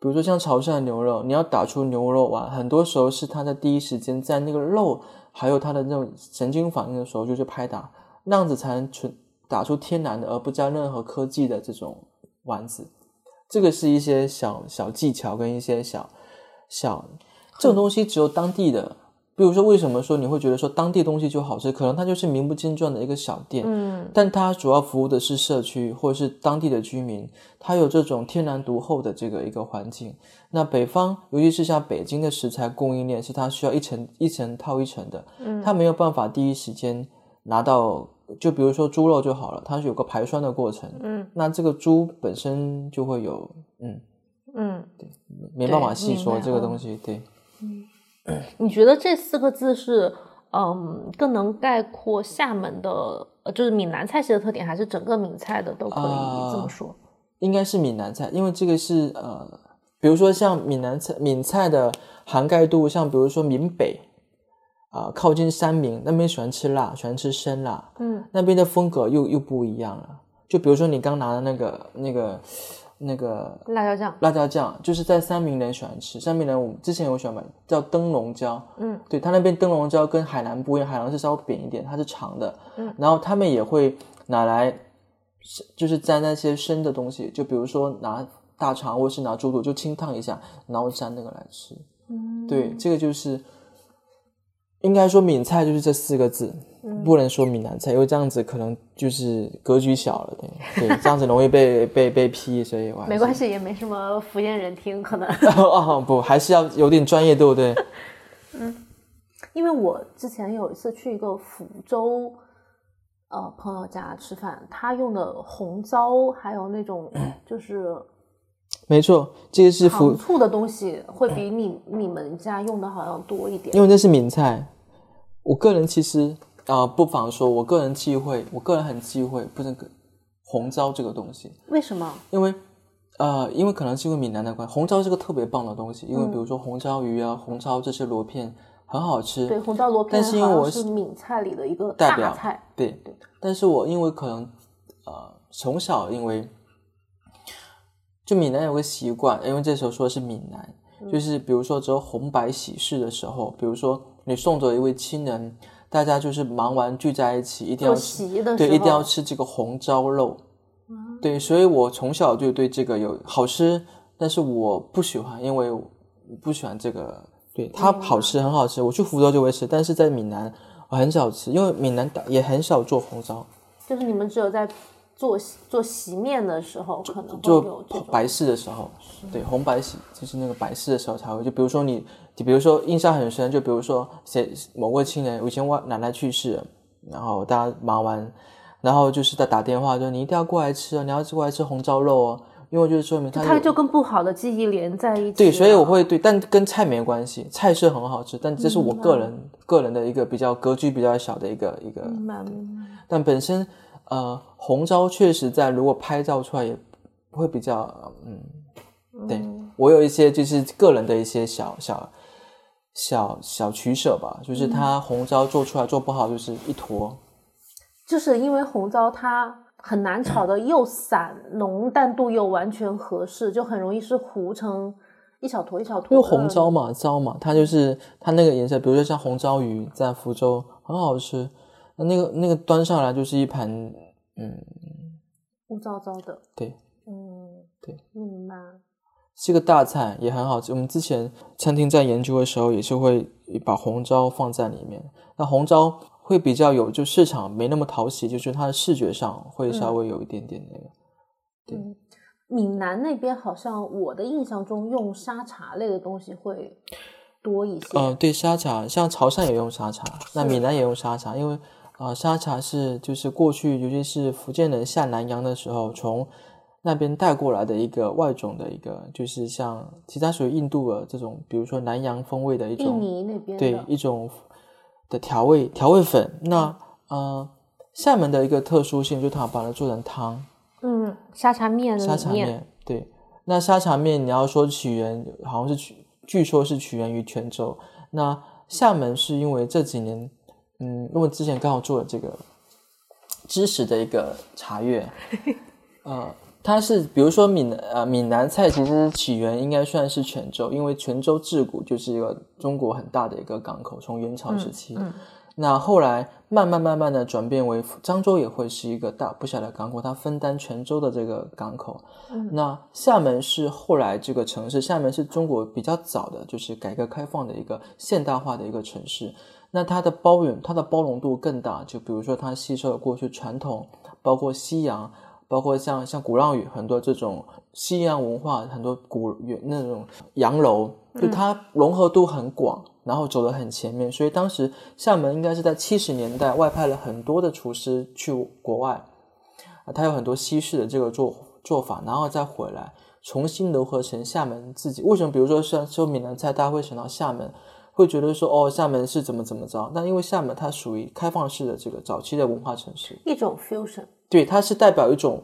Speaker 1: 比如说像潮汕的牛肉，你要打出牛肉丸，很多时候是他在第一时间在那个肉还有他的那种神经反应的时候就去拍打，那样子才能纯打出天然的，而不加任何科技的这种丸子。这个是一些小小技巧跟一些小小这种东西，只有当地的。比如说，为什么说你会觉得说当地东西就好吃？可能它就是名不经传的一个小店，
Speaker 2: 嗯，
Speaker 1: 但它主要服务的是社区或者是当地的居民，它有这种天然独厚的这个一个环境。那北方，尤其是像北京的食材供应链，是它需要一层一层套一层的，
Speaker 2: 嗯
Speaker 1: 它没有办法第一时间拿到。就比如说猪肉就好了，它是有个排酸的过程，
Speaker 2: 嗯，
Speaker 1: 那这个猪本身就会有，嗯，
Speaker 2: 嗯，
Speaker 1: 没办法
Speaker 2: 对
Speaker 1: 细说
Speaker 2: 明白
Speaker 1: 这个
Speaker 2: 嗯
Speaker 1: 东西，对。
Speaker 2: 你觉得这四个字是嗯更能概括厦门的，呃就是闽南菜系的特点，还是整个闽菜的都可以这么
Speaker 1: 啊
Speaker 2: 说？
Speaker 1: 应该是闽南菜，因为这个是呃，比如说像闽南菜，闽菜的涵盖度，像比如说闽北啊、靠近山明那边喜欢吃辣，喜欢吃生辣，
Speaker 2: 嗯，
Speaker 1: 那边的风格又又不一样了。就比如说你刚拿的那个那个那个
Speaker 2: 辣椒酱，
Speaker 1: 辣椒酱，就是在三明人喜欢吃。三明人我们之前有喜欢买，叫灯笼椒。
Speaker 2: 嗯，
Speaker 1: 对，它那边灯笼椒跟海南不一样，海南是稍微扁一点，它是长的。嗯，然后他们也会拿来，就是沾那些生的东西，就比如说拿大肠或是拿猪肚，就清烫一下，然后沾那个来吃。嗯，对，这个就是。应该说闽菜就是这四个字，
Speaker 2: 嗯
Speaker 1: 不能说闽南菜，因为这样子可能就是格局小了，对对，这样子容易被被被批，所以我还
Speaker 2: 没
Speaker 1: 是
Speaker 2: 关系，也没什么福建人听可能。
Speaker 1: 哦，不，还是要有点专业度，对。
Speaker 2: 因为我之前有一次去一个福州，呃，朋友家吃饭，他用的红糟还有那
Speaker 1: *clears throat*
Speaker 2: 种就是
Speaker 1: 没错，这个是
Speaker 2: 糖
Speaker 1: 福，
Speaker 2: 醋的东西，会比你你们家用的好像多一点。
Speaker 1: 因为那是闽菜。我个人其实啊、呃不妨说，我个人忌讳，我个人很忌讳，不是个红糟这个东西，
Speaker 2: 为什么？
Speaker 1: 因为呃，因为可能是因为闽南的关系，红糟是个特别棒的东西，因为比如说红烧鱼啊、红烧这些螺片很好吃，
Speaker 2: 对，红糟螺片
Speaker 1: 但是因为
Speaker 2: 好像
Speaker 1: 我
Speaker 2: 是闽菜里的一个
Speaker 1: 代
Speaker 2: 大
Speaker 1: 表
Speaker 2: 菜，
Speaker 1: 对但是我因为可能呃从小因为就闽南有个习惯，因为这时候说的是闽南，就是比如说只有红白喜事的时候，比如说你送走一位亲人，大家就是忙完聚在一起，一定
Speaker 2: 做
Speaker 1: 要吃，
Speaker 2: 席的时
Speaker 1: 对，
Speaker 2: 候，嗯
Speaker 1: 一定要吃这个红烧肉。对，所以我从小就对这个有好吃，但是我不喜欢，因为我不喜欢这个。对它好吃，很好吃，我去福州就会吃，但是在闽南我很少吃，因为闽南岛也很少做红烧，
Speaker 2: 就是你们只有在做席做席面的时候，可能会
Speaker 1: 就
Speaker 2: 有这种。
Speaker 1: 白事的时候，对红白喜就是那个白事的时候才会。就比如说你，就比如说印象很深，就比如说谁某位亲人，我以前我奶奶去世了，然后大家忙完，然后就是在打电话，就你一定要过来吃啊，你要过来吃红烧肉哦，因为就是说明他
Speaker 2: 它
Speaker 1: 有
Speaker 2: 就啊跟不好的记忆连在一起。
Speaker 1: 对，所以我。会对，但跟菜没关系，菜是很好吃，但这
Speaker 2: 嗯
Speaker 1: 是我个人、个人的一个比较格局比较小的一个一个，
Speaker 2: 明白明白
Speaker 1: 但本身呃红烧确实在如果拍照出来也会比较嗯，对我有一些就是个人的一些小小小小取舍吧，就是它红烧做出来做不好就是一坨，
Speaker 2: 就是因为红糟它很难炒的又散浓，但度又完全合适，就很容易是糊成一小坨一小坨的。
Speaker 1: 因为红糟嘛糟嘛，它就是它那个颜色，比如说像红糟鱼在福州很好吃，那那个那个端上来就是一盘嗯
Speaker 2: 乌糟糟的，
Speaker 1: 对。
Speaker 2: 嗯，
Speaker 1: 对，
Speaker 2: 明白。
Speaker 1: 是个大菜，也很好吃。我们之前餐厅在研究的时候，也是会把红糟放在里面。那红糟会比较有，就市场没那么讨喜，就是它的视觉上会稍微有一点点那个。对
Speaker 2: 嗯，闽南那边好像我的印象中用沙茶类的东西会多一些。
Speaker 1: 呃，对，沙茶，像潮汕也用沙茶，那闽南也用沙茶，因为呃，沙茶是就是过去尤其是福建人下南洋的时候从。那边带过来的一个外种的一个，就是像其他属于印度的这种，比如说南洋风味的一种
Speaker 2: 印尼那边
Speaker 1: 对
Speaker 2: 的
Speaker 1: 一种的调味调味粉。那呃，厦门的一个特殊性就是它把它做成汤，
Speaker 2: 嗯，沙茶面
Speaker 1: 沙茶
Speaker 2: 里嗯面，
Speaker 1: 面。对，那沙茶面你要说起源，好像是取，据说是起源于泉州。那厦门是因为这几年，嗯，因为之前刚好做了这个知识的一个查阅，呃。它是，比如说闽南呃闽南菜，其实起源应该算是泉州，因为泉州自古就是一个中国很大的一个港口，从元朝时期，那后来慢慢慢慢的转变为漳州也会是一个大不小的港口，它分担泉州的这个港口。那厦门是后来这个城市，厦门是中国比较早的，就是改革开放的一个现代化的一个城市。那它的包容，它的包容度更大，就比如说它吸收了过去传统，包括西洋，包括像像鼓浪屿很多这种西洋文化，很多古原那种洋楼，就它融合度很广，然后走得很前面，所以当时厦门应该是在七十年代外派了很多的厨师去国外，啊，它有很多西式的这个做做法，然后再回来重新融合成厦门自己。为什么？比如说像说闽南菜，大家会想到厦门，会觉得说哦，厦门是怎么怎么着？那因为厦门它属于开放式的这个早期的文化城市，
Speaker 2: 一种 fusion。
Speaker 1: 对，它是代表一种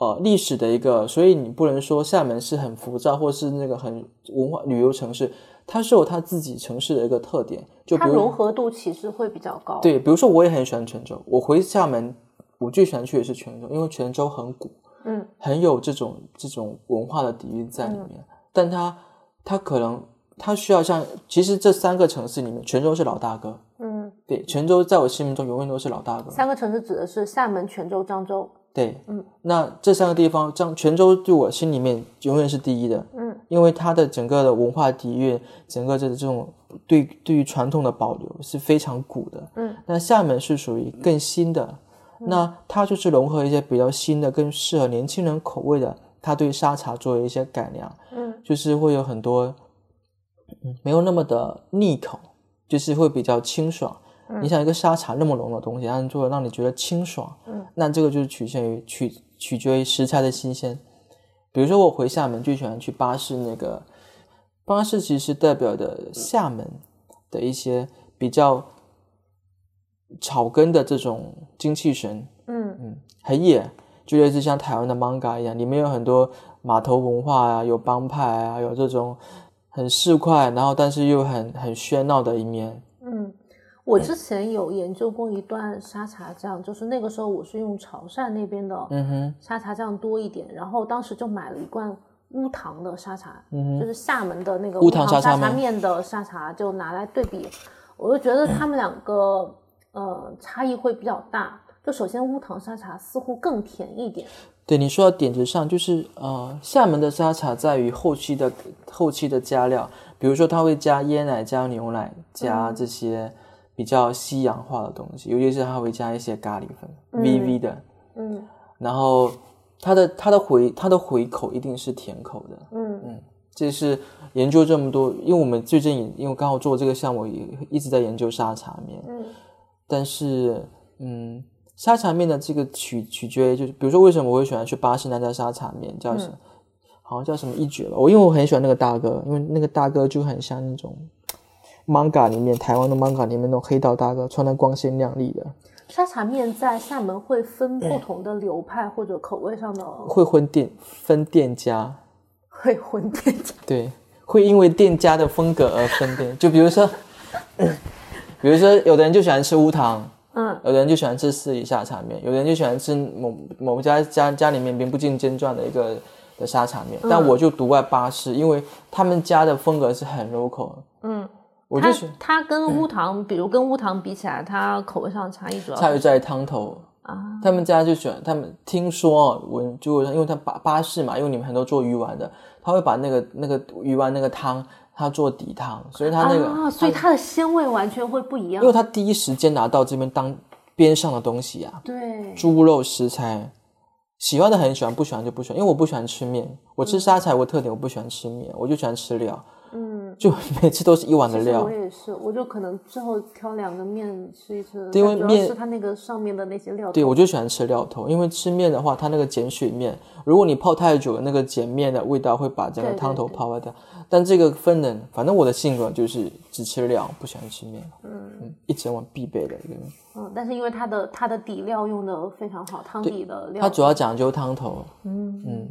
Speaker 1: 呃历史的一个，所以你不能说厦门是很浮躁，或是那个很文化旅游城市，它是有它自己城市的一个特点。就比
Speaker 2: 它
Speaker 1: 如
Speaker 2: 融合度其实会比较高。，
Speaker 1: 对，比如说我也很喜欢泉州，我回厦门，我最喜欢去的是泉州，因为泉州很古，
Speaker 2: 嗯，
Speaker 1: 很有这种这种文化的底蕴在里面。但它它可能它需要像，其实这三个城市里面，泉州是老大哥，
Speaker 2: 嗯，
Speaker 1: 对，泉州在我心目中永远都是老大哥。
Speaker 2: 三个城市指的是厦门、泉州、漳州。
Speaker 1: 对，
Speaker 2: 嗯，
Speaker 1: 那这三个地方，像泉州对我心里面永远是第一的，
Speaker 2: 嗯，
Speaker 1: 因为它的整个的文化底蕴，整个这这种对对于传统的保留是非常古的，
Speaker 2: 嗯，
Speaker 1: 那厦门是属于更新的，那它就是融合一些比较新的、更适合年轻人口味的，它对沙茶做了一些改良，
Speaker 2: 嗯，
Speaker 1: 就是会有很多，嗯，没有那么的腻口，就是会比较清爽。
Speaker 2: 嗯
Speaker 1: 你想一个沙茶那么浓的东西，让你做的让你觉得清爽，那这个就是取限于取取决于食材的新鲜。比如说我回厦门最喜欢去巴士那个，巴士其实代表的厦门的一些比较草根的这种精气神，
Speaker 2: 嗯
Speaker 1: 嗯，很野，就类似像台湾的 manga 一样，里面有很多码头文化啊，有帮派啊，有这种很市侩，然后但是又很很喧闹的一面，
Speaker 2: 嗯，我之前有研究过一段沙茶酱，就是那个时候我是用潮汕那边的
Speaker 1: 嗯哼，
Speaker 2: 沙茶酱多一点，然后当时就买了一罐乌糖的沙茶，就是厦门的那个
Speaker 1: 嗯乌
Speaker 2: 乌
Speaker 1: 糖
Speaker 2: 糖
Speaker 1: 沙茶
Speaker 2: 茶
Speaker 1: 吗
Speaker 2: 面的沙茶，就拿来对比，我就觉得他们两个呃差异会比较大。就首先乌糖沙茶似乎更甜一点，
Speaker 1: 对你说到点子上，就是呃，厦门的沙茶在于后期的
Speaker 2: 嗯
Speaker 1: 后期的加料，比如说它会加椰奶、加牛奶、加这些比较西洋化的东西，尤其是它会加一些咖喱粉、VV 的，
Speaker 2: 嗯
Speaker 1: 然后它的它的回它的回口一定是甜口的，
Speaker 2: 嗯
Speaker 1: 这是研究这么多，因为我们最近也因为刚好做这个项目，也一直在研究沙茶面，
Speaker 2: 嗯
Speaker 1: 但是嗯，沙茶面的这个取取决于就是，比如说为什么我会喜欢去巴士那家沙茶面，叫什么？好像叫什么一绝吧，我因为我很喜欢那个大哥，因为那个大哥就很像那种 manga 里面台湾的 manga 里面那种黑道大哥，穿的光鲜亮丽的，
Speaker 2: 沙茶面在厦门会分不同的流派或者口味上的 *laughs*
Speaker 1: 会混店分店家，
Speaker 2: 会混 *laughs* 店家，
Speaker 1: 对，会因为店家的风格而分店。就比如说， *coughs* 比如说，有的人就喜欢吃乌糖，
Speaker 2: 嗯
Speaker 1: 有的人就喜欢吃四里下茶面，有的人就喜欢吃某某家家家里面名不见经传的一个的沙茶面。
Speaker 2: 嗯
Speaker 1: 但我就独爱巴士，因为他们家的风格是很 local 的。
Speaker 2: 嗯，
Speaker 1: 我就嗯
Speaker 2: 它
Speaker 1: 喜
Speaker 2: 它跟乌糖，比如跟乌糖比起来，它口味上的差异主要
Speaker 1: 差别在于汤头。
Speaker 2: 啊，
Speaker 1: 他们家就喜欢，他们听说哦，我就因为他巴巴士嘛，因为你们很多做鱼丸的，他会把那个那个鱼丸那个汤，他做底汤，所以他那个、
Speaker 2: 啊，所以它的鲜味完全会不一样
Speaker 1: 因为。他第一时间拿到这边当边上的东西啊，
Speaker 2: 对，
Speaker 1: 猪肉食材，喜欢的很喜欢，不喜欢就不喜欢。因为我不喜欢吃面，我吃沙茶有个特点，我不喜欢吃面，我就喜欢吃料，
Speaker 2: 嗯，
Speaker 1: 就每次都是一碗的
Speaker 2: 其实
Speaker 1: 料
Speaker 2: 我。也是，我就可能最后挑两个面吃一吃，
Speaker 1: 对因为
Speaker 2: 但主要
Speaker 1: 面
Speaker 2: 是它那个上面的那些料头。
Speaker 1: 对，我就喜欢吃料头，因为吃面的话，它那个碱水面，如果你泡太久了，那个碱面的味道会把整个
Speaker 2: 对对
Speaker 1: 汤头
Speaker 2: 对
Speaker 1: 泡坏掉。但这个分人，反正我的性格就是只吃料，不喜欢吃面。嗯，一整碗必备的一个。
Speaker 2: 嗯，但是因为它的它的底料用的非常好，汤底的料，
Speaker 1: 它主要讲究汤头。嗯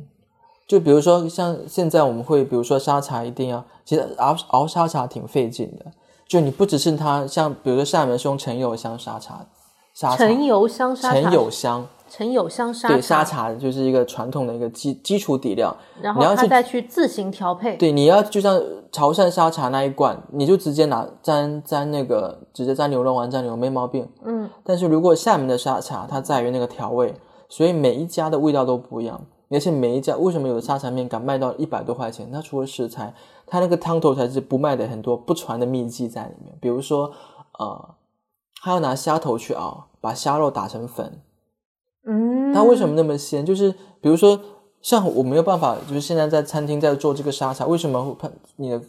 Speaker 1: 就比如说像现在我们会，比如说沙茶一定要，其实熬熬沙茶挺费劲的。就你不只是它，像比如说厦门是用陈友香沙茶，沙茶
Speaker 2: 陈油香沙茶，
Speaker 1: 陈友香
Speaker 2: 陈友香沙
Speaker 1: 对沙茶就是一个传统的一个基基础底料。
Speaker 2: 然
Speaker 1: 你要
Speaker 2: 后它
Speaker 1: 去
Speaker 2: 再去自行调配。
Speaker 1: 对，你要就像潮汕沙茶那一罐，你就直接拿沾沾那个，直接沾牛肉丸、沾牛没毛病。
Speaker 2: 嗯，
Speaker 1: 但是如果厦门的沙茶，它在于那个调味，所以每一家的味道都不一样。而且每一家为什么有的沙茶面敢卖到一百多块钱？它除了食材，它那个汤头才是不卖的很多不传的秘籍在里面。比如说，呃，它要拿虾头去熬，把虾肉打成粉。
Speaker 2: 嗯，
Speaker 1: 它为什么那么鲜？就是比如说，像我没有办法，就是现在在餐厅在做这个沙茶，为什么会怕你的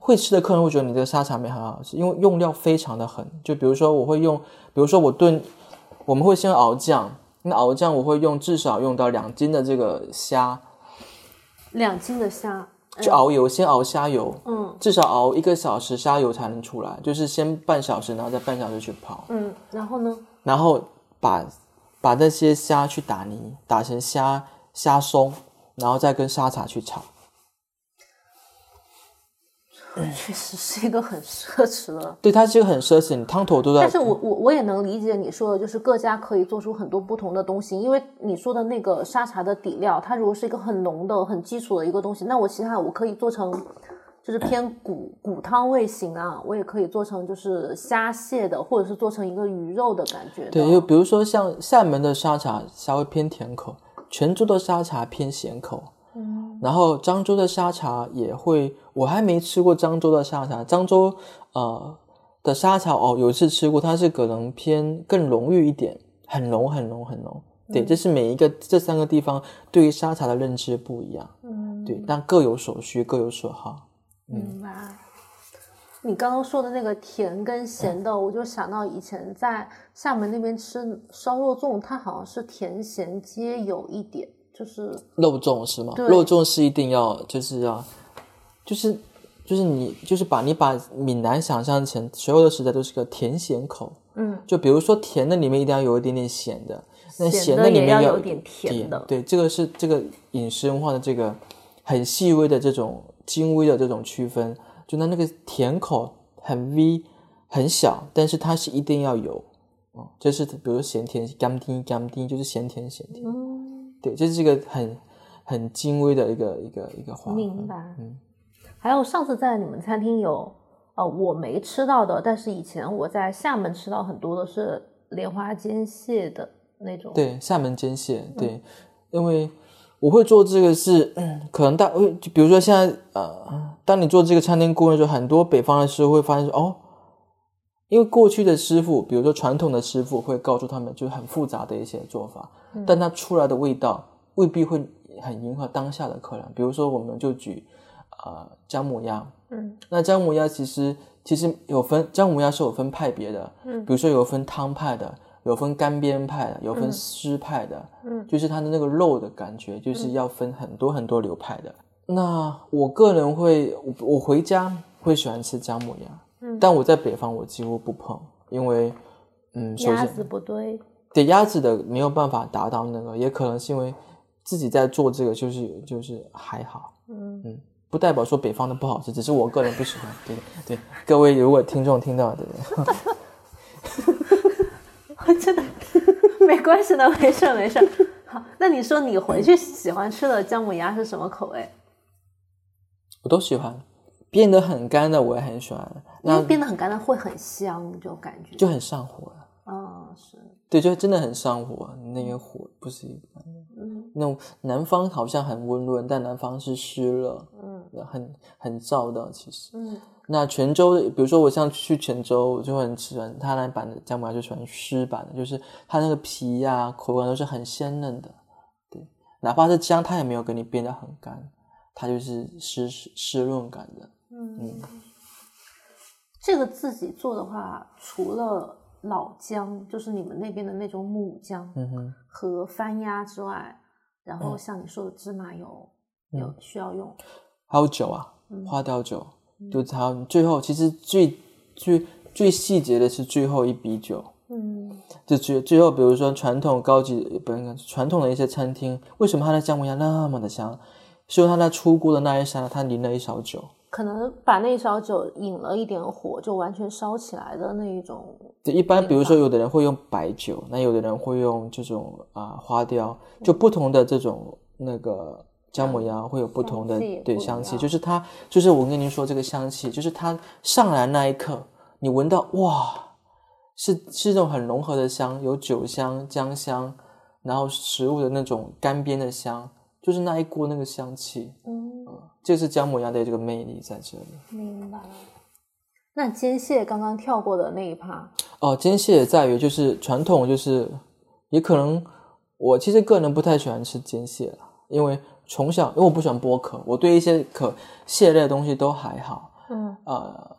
Speaker 1: 会吃的客人会觉得你这个沙茶面很好吃，因为用料非常的狠。就比如说我会用，比如说我炖，我们会先熬酱，那熬酱我会用至少用到两斤的这个虾，
Speaker 2: 两斤的虾，
Speaker 1: 去熬油，先熬虾油，
Speaker 2: 嗯
Speaker 1: 至少熬一个小时虾油才能出来，就是先半小时，然后再半小时去泡，
Speaker 2: 嗯，然后
Speaker 1: *clears throat*
Speaker 2: 呢？
Speaker 1: 然后把把那些虾去打泥，打成虾虾松，然后再跟沙茶去炒。
Speaker 2: 确实是一个很奢侈的。
Speaker 1: 对，它是一个很奢侈，你汤头都在
Speaker 2: 但是我我我也能理解你说的，就是各家可以做出很多不同的东西，因为你说的那个沙茶的底料，它如果是一个很浓的、很基础的一个东西，那我其他我可以做成就是偏骨骨汤味型啊，我也可以做成就是虾蟹的，或者是做成一个鱼肉的感觉的。
Speaker 1: 对，就比如说像厦门的沙茶稍微偏甜口，泉州的沙茶偏咸口，嗯，然后漳州的沙茶也会，我还没吃过漳州的沙茶，漳州呃的沙茶哦，有一次吃过，它是可能偏更浓郁一点，很浓很浓很浓。对，这是每一个这三个地方对于沙茶的认知不一样，嗯，对，但各有所需，各有所好。
Speaker 2: 明白。嗯你刚刚说的那个甜跟咸的，我就想到以前在厦门那边吃烧肉粽，它好像是甜咸皆有一点，就是
Speaker 1: 肉粽是吗？
Speaker 2: 对
Speaker 1: 肉粽是一定要就是要，就是就是你就是把你把闽南想象成所有的食材都是个甜咸口，
Speaker 2: 嗯，
Speaker 1: 就比如说甜的里面一定要有一点点咸的，那
Speaker 2: 咸
Speaker 1: 的
Speaker 2: 的
Speaker 1: 里
Speaker 2: 也
Speaker 1: 面
Speaker 2: 要
Speaker 1: 要
Speaker 2: 有点甜的。
Speaker 1: 对，这个是这个饮食文化的这个很细微的这种精微的这种区分，就那那个甜口很 V 很小，但是它是一定要有。哦，就是比如咸甜甘丁甘丁，就是咸甜咸甜，对，这是一个很很精微的一个一个一个划分。
Speaker 2: 明白。嗯。还有上次在你们餐厅有，呃，我没吃到的，但是以前我在厦门吃到很多的是莲花煎蟹的那种。
Speaker 1: 对，厦门煎蟹，对，因为我会做这个是， *clears throat* 可能大，呃就比如说现在呃，当你做这个餐厅顾问的时候，很多北方的师傅会发现说，哦，因为过去的师傅，比如说传统的师傅会告诉他们就是很复杂的一些做法，但它出来的味道未必会很迎合当下的客人。比如说，我们就举呃姜母鸭，
Speaker 2: 嗯，
Speaker 1: 那姜母鸭其实其实有分姜母鸭是有分派别的，
Speaker 2: 嗯
Speaker 1: 比如说有分汤派的，有分干煸派的，有分湿派的，
Speaker 2: 嗯，
Speaker 1: 就是它的那个肉的感觉，就是要分很多很多流派的。那我个人会，我我回家会喜欢吃姜母鸭，
Speaker 2: 嗯
Speaker 1: 但我在北方我几乎不碰，因为嗯，首
Speaker 2: 鸭
Speaker 1: 先
Speaker 2: 子不对， *laughs*
Speaker 1: 对鸭子的没有办法达到那个，也可能是因为自己在做这个，就是就是还好，
Speaker 2: 嗯，
Speaker 1: 嗯，不代表说北方的不好吃，只是我个人不喜欢。对对，各位如果听众听到的，对
Speaker 2: 真的没关系的，没事儿没事儿。好，那你说你回去喜欢吃的姜母鸭是什么口味？
Speaker 1: 我都喜欢，变得很干的我也很喜欢，
Speaker 2: 因为
Speaker 1: 那
Speaker 2: 变得很干，但会很香，就感觉，
Speaker 1: 就很上火了。
Speaker 2: 嗯，是，
Speaker 1: 对，就真的很上火，那个火不是一般的。
Speaker 2: 嗯
Speaker 1: 那种南方好像很温润，但南方是湿热，
Speaker 2: 嗯
Speaker 1: 很很燥的。其实，
Speaker 2: 嗯
Speaker 1: 那泉州，比如说我像去泉州，我就很喜欢它那版的姜母鸭，就喜欢湿版的，就是它那个皮呀、口感都是很鲜嫩的。对，哪怕是姜，它也没有给你变得很干，它就是湿湿润感的。
Speaker 2: 嗯。这个自己做的话，除了老姜，就是你们那边的那种母姜
Speaker 1: 嗯哼，
Speaker 2: 和番鸭之外，然后
Speaker 1: 嗯
Speaker 2: 像你说的芝麻油有需要用，
Speaker 1: 还有酒啊，
Speaker 2: 嗯
Speaker 1: 花雕酒，就还有最后，其实最最最细节的是最后一笔酒。
Speaker 2: 嗯
Speaker 1: 就最最后，比如说传统高级不是传统的一些餐厅，为什么它的姜母鸭那么的香？是因为它在出锅的那一刹那，它淋了一勺酒，
Speaker 2: 可能把那一勺酒引了一点火，就完全烧起来的那一种，
Speaker 1: 就一般，比
Speaker 2: 嗯
Speaker 1: 如说有的人会用白酒，那有的人会用这种啊、花雕，就不同的这种那个姜母鸭会有不同的
Speaker 2: 香气也
Speaker 1: 对
Speaker 2: 不一
Speaker 1: 香气，
Speaker 2: 样
Speaker 1: 就是它就是我跟您说这个香气，就是它上来那一刻，你闻到哇，是是一种很融合的香，有酒香、姜香，然后食物的那种干煸的香，就是那一锅那个香气，
Speaker 2: 嗯，
Speaker 1: 这是姜母鸭的这个魅力在这里。
Speaker 2: 明白。那煎蟹刚刚跳过的那一趴，
Speaker 1: 哦，煎蟹也在于就是传统，就是也可能我其实个人不太喜欢吃煎蟹了，因为从小因为我不喜欢剥壳，我对一些壳蟹类的东西都还好，
Speaker 2: 嗯
Speaker 1: 呃，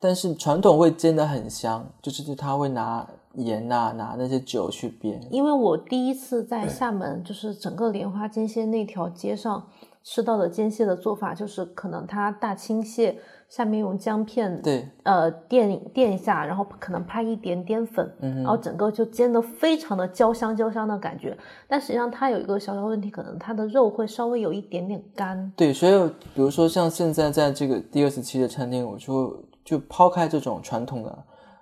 Speaker 1: 但是传统会煎得很香，就是就他会拿盐呐、拿那些酒去煸，
Speaker 2: 因为我第一次在厦门，就是整个莲花煎蟹那条街上吃到的煎蟹的做法，就是可能它大青蟹下面用姜片
Speaker 1: 对，
Speaker 2: 呃垫垫一下，然后可能拍一点点粉，然后整个就煎的非常的焦香焦香的感觉。但实际上它有一个小小问题，可能它的肉会稍微有一点点干。
Speaker 1: 对，所以比如说像现在在这个第二十期的餐厅，我就就抛开这种传统的，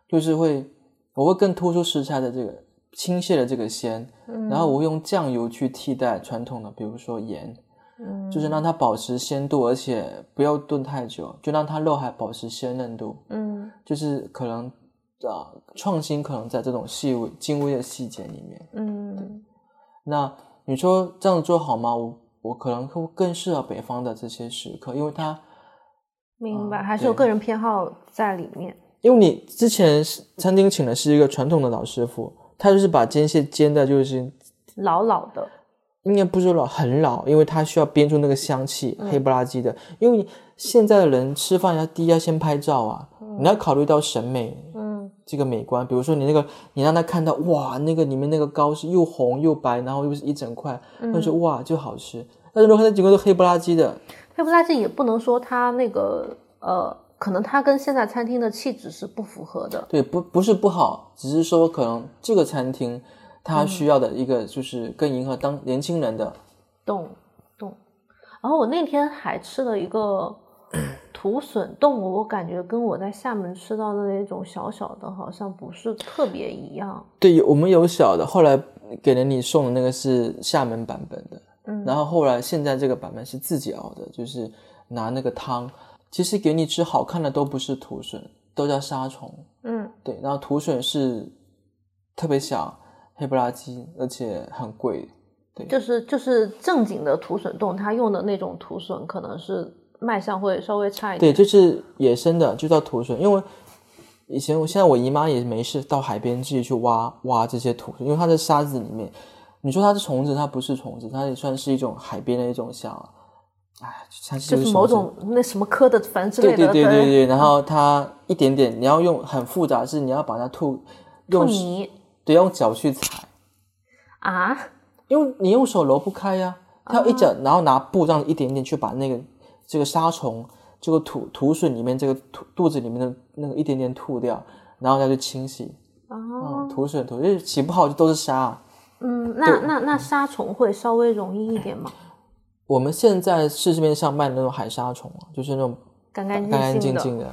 Speaker 1: 就是会我会更突出食材的这个清蟹的这个鲜，然后我会用酱油去替代传统的，比如说盐，
Speaker 2: 嗯
Speaker 1: 就是让它保持鲜度，而且不要炖太久，就让它肉还保持鲜嫩度，
Speaker 2: 嗯，
Speaker 1: 就是可能啊、创新可能在这种细微精微的细节里面。
Speaker 2: 嗯，
Speaker 1: 那你说这样做好吗？我我可能会更适合北方的这些食客，因为它。
Speaker 2: 明白，
Speaker 1: 啊
Speaker 2: 还是有
Speaker 1: 对
Speaker 2: 个人偏好在里面。
Speaker 1: 因为你之前是餐厅请的是一个传统的老师傅，他就是把煎蟹煎的，就是
Speaker 2: 老老的，
Speaker 1: 应该不是老很老，因为他需要煸出那个香气，黑不拉几的。因为现在的人吃饭要第一要先拍照啊，你要考虑到审美
Speaker 2: 嗯
Speaker 1: 这个美观，比如说你那个你让他看到哇，那个里面那个糕是又红又白，然后又是一整块，他就哇就好吃。但是如果它整个都黑不拉几的，
Speaker 2: 黑不拉几也不能说它那个呃，可能它跟现在餐厅的气质是不符合的。
Speaker 1: 对，不不是不好，只是说可能这个餐厅它需要的一个就是更迎合当年轻人的，
Speaker 2: 懂懂。然后我那天还吃了一
Speaker 1: *clears throat*
Speaker 2: 个土笋冻，我感觉跟我在厦门吃到的那种小小的，好像不是特别一样。
Speaker 1: 对，有我们有小的，后来给了你送的那个是厦门版本的，
Speaker 2: 嗯
Speaker 1: 然后后来现在这个版本是自己熬的，就是拿那个汤，其实给你吃好看的都不是土笋，都叫沙虫，
Speaker 2: 嗯
Speaker 1: 对，然后土笋是特别小，黑不拉几，而且很贵，
Speaker 2: 就是就是正经的土笋冻，它用的那种土笋可能是卖相会稍微差一点。
Speaker 1: 对，就是野生的，就叫土笋，因为以前我现在我姨妈也没事到海边自己去挖挖这些土，因为它在沙子里面。你说它是虫子，它不是虫子，它也算是一种海边的一种像，哎，它
Speaker 2: 就
Speaker 1: 虫
Speaker 2: 是
Speaker 1: 子
Speaker 2: 某种那什么科的，反正之
Speaker 1: 对
Speaker 2: 类
Speaker 1: 对
Speaker 2: 的，
Speaker 1: 对对对。然后它一点点，你要用很复杂，是你要把它吐
Speaker 2: 吐
Speaker 1: 用
Speaker 2: 泥
Speaker 1: 对用脚去踩，
Speaker 2: 啊，
Speaker 1: 因为你用手揉不开呀、它要一整，然后拿布这样一点点去把那个这个沙虫、这个土土笋里面这个土肚子里面的那个一点点吐掉，然后再去清洗。哦、嗯，土笋土，因为洗不好就都是沙。
Speaker 2: 嗯，那那那杀虫会稍微容易一点吗？
Speaker 1: 我们现在市面上卖的那种海沙虫啊，就是那种
Speaker 2: 干干
Speaker 1: 干
Speaker 2: 净
Speaker 1: 干净
Speaker 2: 的，
Speaker 1: 净的，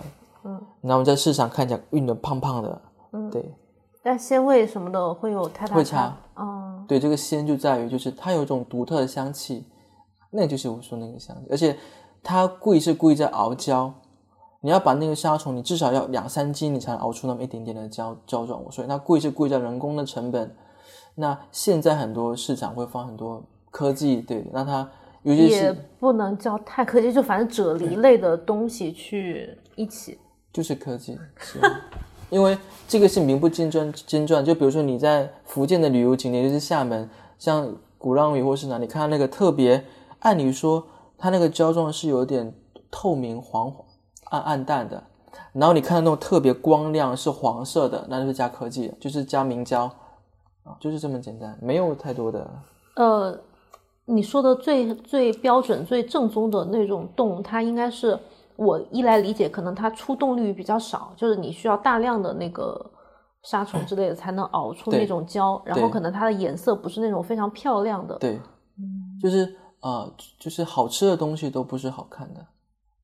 Speaker 1: 嗯，然后在市场看起来熨的胖胖的，嗯，对
Speaker 2: 但鲜味什么的会有太大
Speaker 1: 会
Speaker 2: 差
Speaker 1: 差。
Speaker 2: 嗯，
Speaker 1: 对，这个鲜就在于就是它有一种独特的香气，那就是我说那个香气，而且它故意是故意在熬焦，你要把那个沙虫，你至少要两三斤，你才能熬出那么一点点的焦焦状物，所以它故意是故意在人工的成本。那现在很多市场会放很多科技，对，那它尤其
Speaker 2: 也
Speaker 1: 是
Speaker 2: 不能叫太科技，就反正啫喱类的东西去一起。
Speaker 1: 就是科技，是 *laughs* 因为这个是名不经传经传。就比如说你在福建的旅游景点，就是厦门，像鼓浪屿或是哪里，看到那个特别，按理说它那个胶状是有点透明黄暗暗淡的，然后你看到那种特别光亮是黄色的，那就是加科技的，就是加明胶，啊就是这么简单，没有太多的。
Speaker 2: 呃，你说的最最标准、最正宗的那种冻，它应该是我一来理解，可能它出冻率比较少，就是你需要大量的那个杀虫之类的才能熬出那
Speaker 1: 对
Speaker 2: 种胶，然后
Speaker 1: 对
Speaker 2: 可能它的颜色不是那种非常漂亮的。嗯
Speaker 1: 对，就是呃，就是好吃的东西都不是好看的，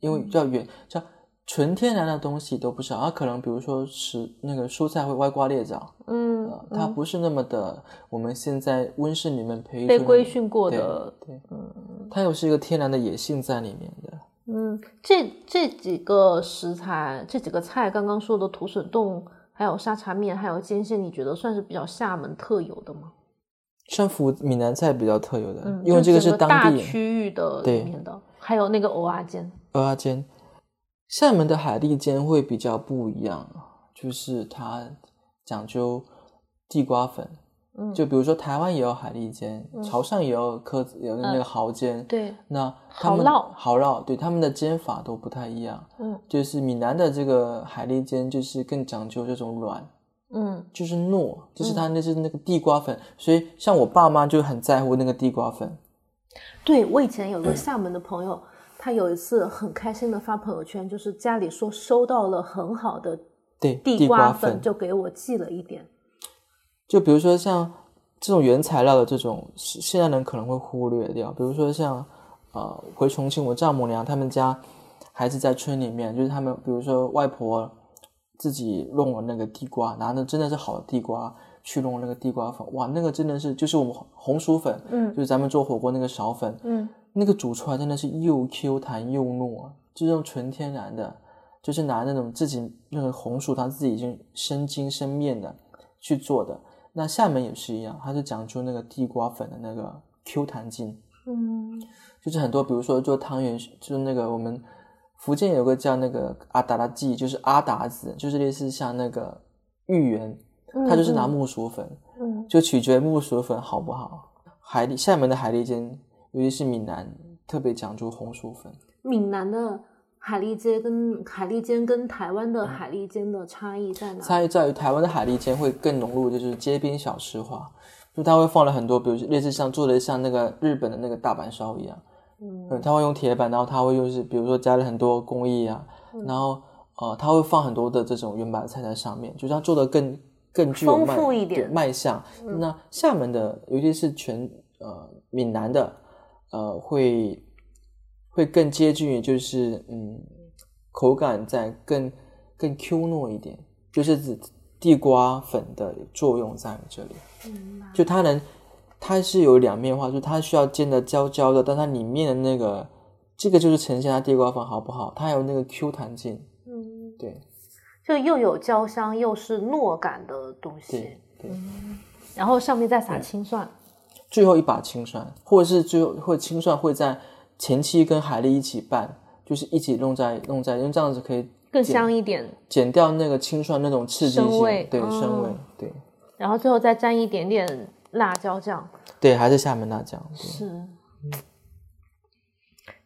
Speaker 1: 因
Speaker 2: 嗯
Speaker 1: 为叫原叫纯天然的东西都不是好。它可能比如说是那个蔬菜会歪瓜裂枣，
Speaker 2: 嗯，
Speaker 1: 呃它不是那么的。我们现在温室里面培育
Speaker 2: 被
Speaker 1: 出那
Speaker 2: 规嗯
Speaker 1: 种，
Speaker 2: 训过
Speaker 1: 对
Speaker 2: 的
Speaker 1: 对，它又是一个天然的野性在里面的。
Speaker 2: 嗯，这这几个食材，这几个菜，刚刚说的土笋冻，还有沙茶面，还有煎蟹，你觉得算是比较厦门特有的吗？
Speaker 1: 像福闽南菜比较特有的，
Speaker 2: 嗯，
Speaker 1: 嗯因为
Speaker 2: 就
Speaker 1: 这个
Speaker 2: 整
Speaker 1: 是当
Speaker 2: 大
Speaker 1: 地
Speaker 2: 区域的里
Speaker 1: 对
Speaker 2: 面的，还有那个蚵仔煎，
Speaker 1: 蚵仔煎，厦门的海蛎煎会比较不一样，就是它讲究地瓜粉。
Speaker 2: 嗯
Speaker 1: 就比如说台湾也有海蛎煎，潮汕也有蚵子，有那个蚝煎。
Speaker 2: 对，
Speaker 1: 那他们
Speaker 2: 嗯蚝烙
Speaker 1: 蚝烙，对他们的煎法都不太一样。
Speaker 2: 嗯，
Speaker 1: 就是闽南的这个海蛎煎，就是更讲究这种软，
Speaker 2: 嗯
Speaker 1: 就是糯，就是它那是那个地瓜粉。所以像我爸妈就很在乎那个地瓜粉。
Speaker 2: 对我以前有
Speaker 1: 嗯
Speaker 2: 个厦门的朋友，他有一次很开心的发朋友圈，就是家里说收到了很好的
Speaker 1: 对，
Speaker 2: 地瓜
Speaker 1: 粉
Speaker 2: 粉，就给我寄了一点，
Speaker 1: 就比如说像这种原材料的这种，是现在人可能会忽略掉。比如说像呃，回重庆，我丈母娘他们家还是在村里面，就是他们比如说外婆自己弄了那个地瓜，拿的真的是好的地瓜去弄那个地瓜粉，哇，那个真的是就是我们红红薯粉，
Speaker 2: 嗯
Speaker 1: 就是咱们做火锅那个勺粉，
Speaker 2: 嗯，
Speaker 1: 那个煮出来真的是又 Q 弹又糯，就是那种纯天然的，就是拿那种自己那个红薯，它自己已经生筋生面的去做的。那厦门也是一样，它是讲究那个地瓜粉的那个 Q 弹劲，
Speaker 2: 嗯
Speaker 1: 就是很多，比如说做汤圆，就是那个我们福建有个叫那个阿达拉记，就是阿达子，就是类似像那个芋圆，它就是拿木薯粉，
Speaker 2: 嗯
Speaker 1: 就取决木薯粉好不好。海蛎厦门的海蛎煎，尤其是闽南，特别讲究红薯粉。
Speaker 2: 闽南的海蛎煎跟海蛎煎跟台湾
Speaker 1: 嗯
Speaker 2: 的海蛎煎的差异在哪？
Speaker 1: 差异在于台湾的海蛎煎会更融入就是街边小吃化，就它会放了很多，比如类似像做的像那个日本的那个大阪烧一样，嗯，它会用铁板，然后它会又是比如说加了很多工艺啊，
Speaker 2: 嗯
Speaker 1: 然后呃，它会放很多的这种原版菜在上面，就它做的更更具有
Speaker 2: 丰
Speaker 1: 卖
Speaker 2: 富一点嗯
Speaker 1: 对卖相。那厦门的，尤其是全呃闽南的，呃会会更接近于就是嗯口感在更更 Q 糯一点，就是指地瓜粉的作用在于这里，就它能它是有两面化，就是它需要煎的焦焦的，但它里面的那个这个就是呈现它地瓜粉好不好，它有那个 Q 弹劲，
Speaker 2: 嗯，
Speaker 1: 对
Speaker 2: 就又有焦香，又是糯感的东西
Speaker 1: 对，对。
Speaker 2: 然后上面再撒青蒜。
Speaker 1: 最后一把青蒜，或者是最后或者青蒜会在前期跟海蛎一起拌，就是一起弄在弄在，因为这样子可以
Speaker 2: 更香一点，
Speaker 1: 减掉那个清涮那种刺激
Speaker 2: 生
Speaker 1: 性
Speaker 2: 味，
Speaker 1: 对，
Speaker 2: 哦
Speaker 1: 生味，对
Speaker 2: 然后最后再蘸一点点辣椒酱。
Speaker 1: 对，还是厦门辣酱，对
Speaker 2: 是，嗯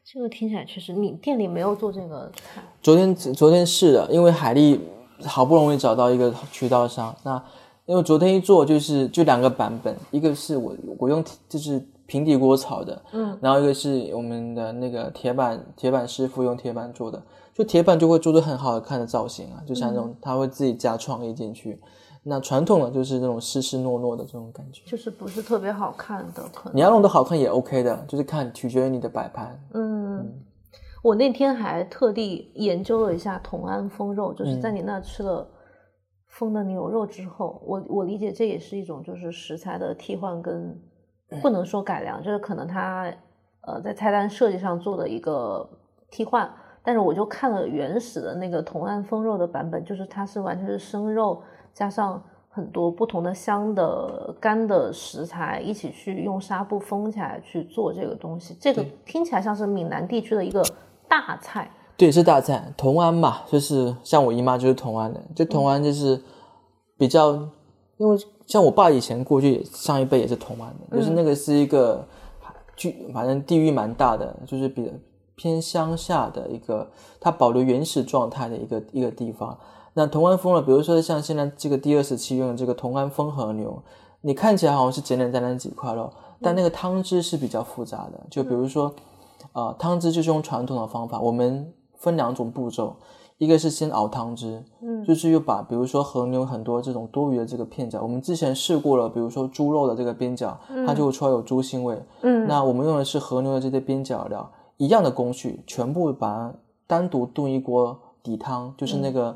Speaker 2: 这个听起来确实，你店里没有做这个菜，
Speaker 1: 昨天昨天试了，因为海丽好不容易找到一个渠道商，那因为昨天一做就是就两个版本，一个是我我用就是平底锅炒的，嗯，然后一个是我们的那个铁板铁板师傅用铁板做的，就铁板就会做出很好的看的造型啊，就像那种他会自己加创意进去。那传统的就是那种湿湿糯糯的这种感觉，
Speaker 2: 就是不是特别好看的，可能。
Speaker 1: 你要弄得好看也 OK 的，就是看取决于你的摆盘。
Speaker 2: 嗯，我那天还特地研究了一下同安风肉，就是在你那吃了风的牛肉之后，我我理解这也是一种就是食材的替换跟不能说改良，就是可能它呃在菜单设计上做的一个替换。但是我就看了原始的那个同安风肉的版本，就是它是完全是生肉加上很多不同的香的干的食材一起去用纱布封起来去做这个东西。这个
Speaker 1: 对
Speaker 2: 听起来像是闽南地区的一个大菜，
Speaker 1: 对，是大菜，同安嘛，就是像我姨妈就是同安的，就同安就是比较，因为像我爸以前过去也上一辈也是同安的，就是那个是一个就反正地域蛮大的，就是比较偏乡下的一个，它保留原始状态的一个一个地方。那同安风了，比如说像现在这个第二十期用的这个同安风和牛，你看起来好像是简简单单几块肉，但那个汤汁是比较复杂的。就比如说，呃，汤汁就是用传统的方法，我们分两种步骤，一个是先熬汤汁，嗯，就是又把比如说和牛很多这种多余的这个片角，我们之前试过了，比如说猪肉的这个边角，它就会出来有猪腥味，嗯，那我们用的是和牛的这些边角料，一样的工序，全部把它单独炖一锅底汤，就是那个。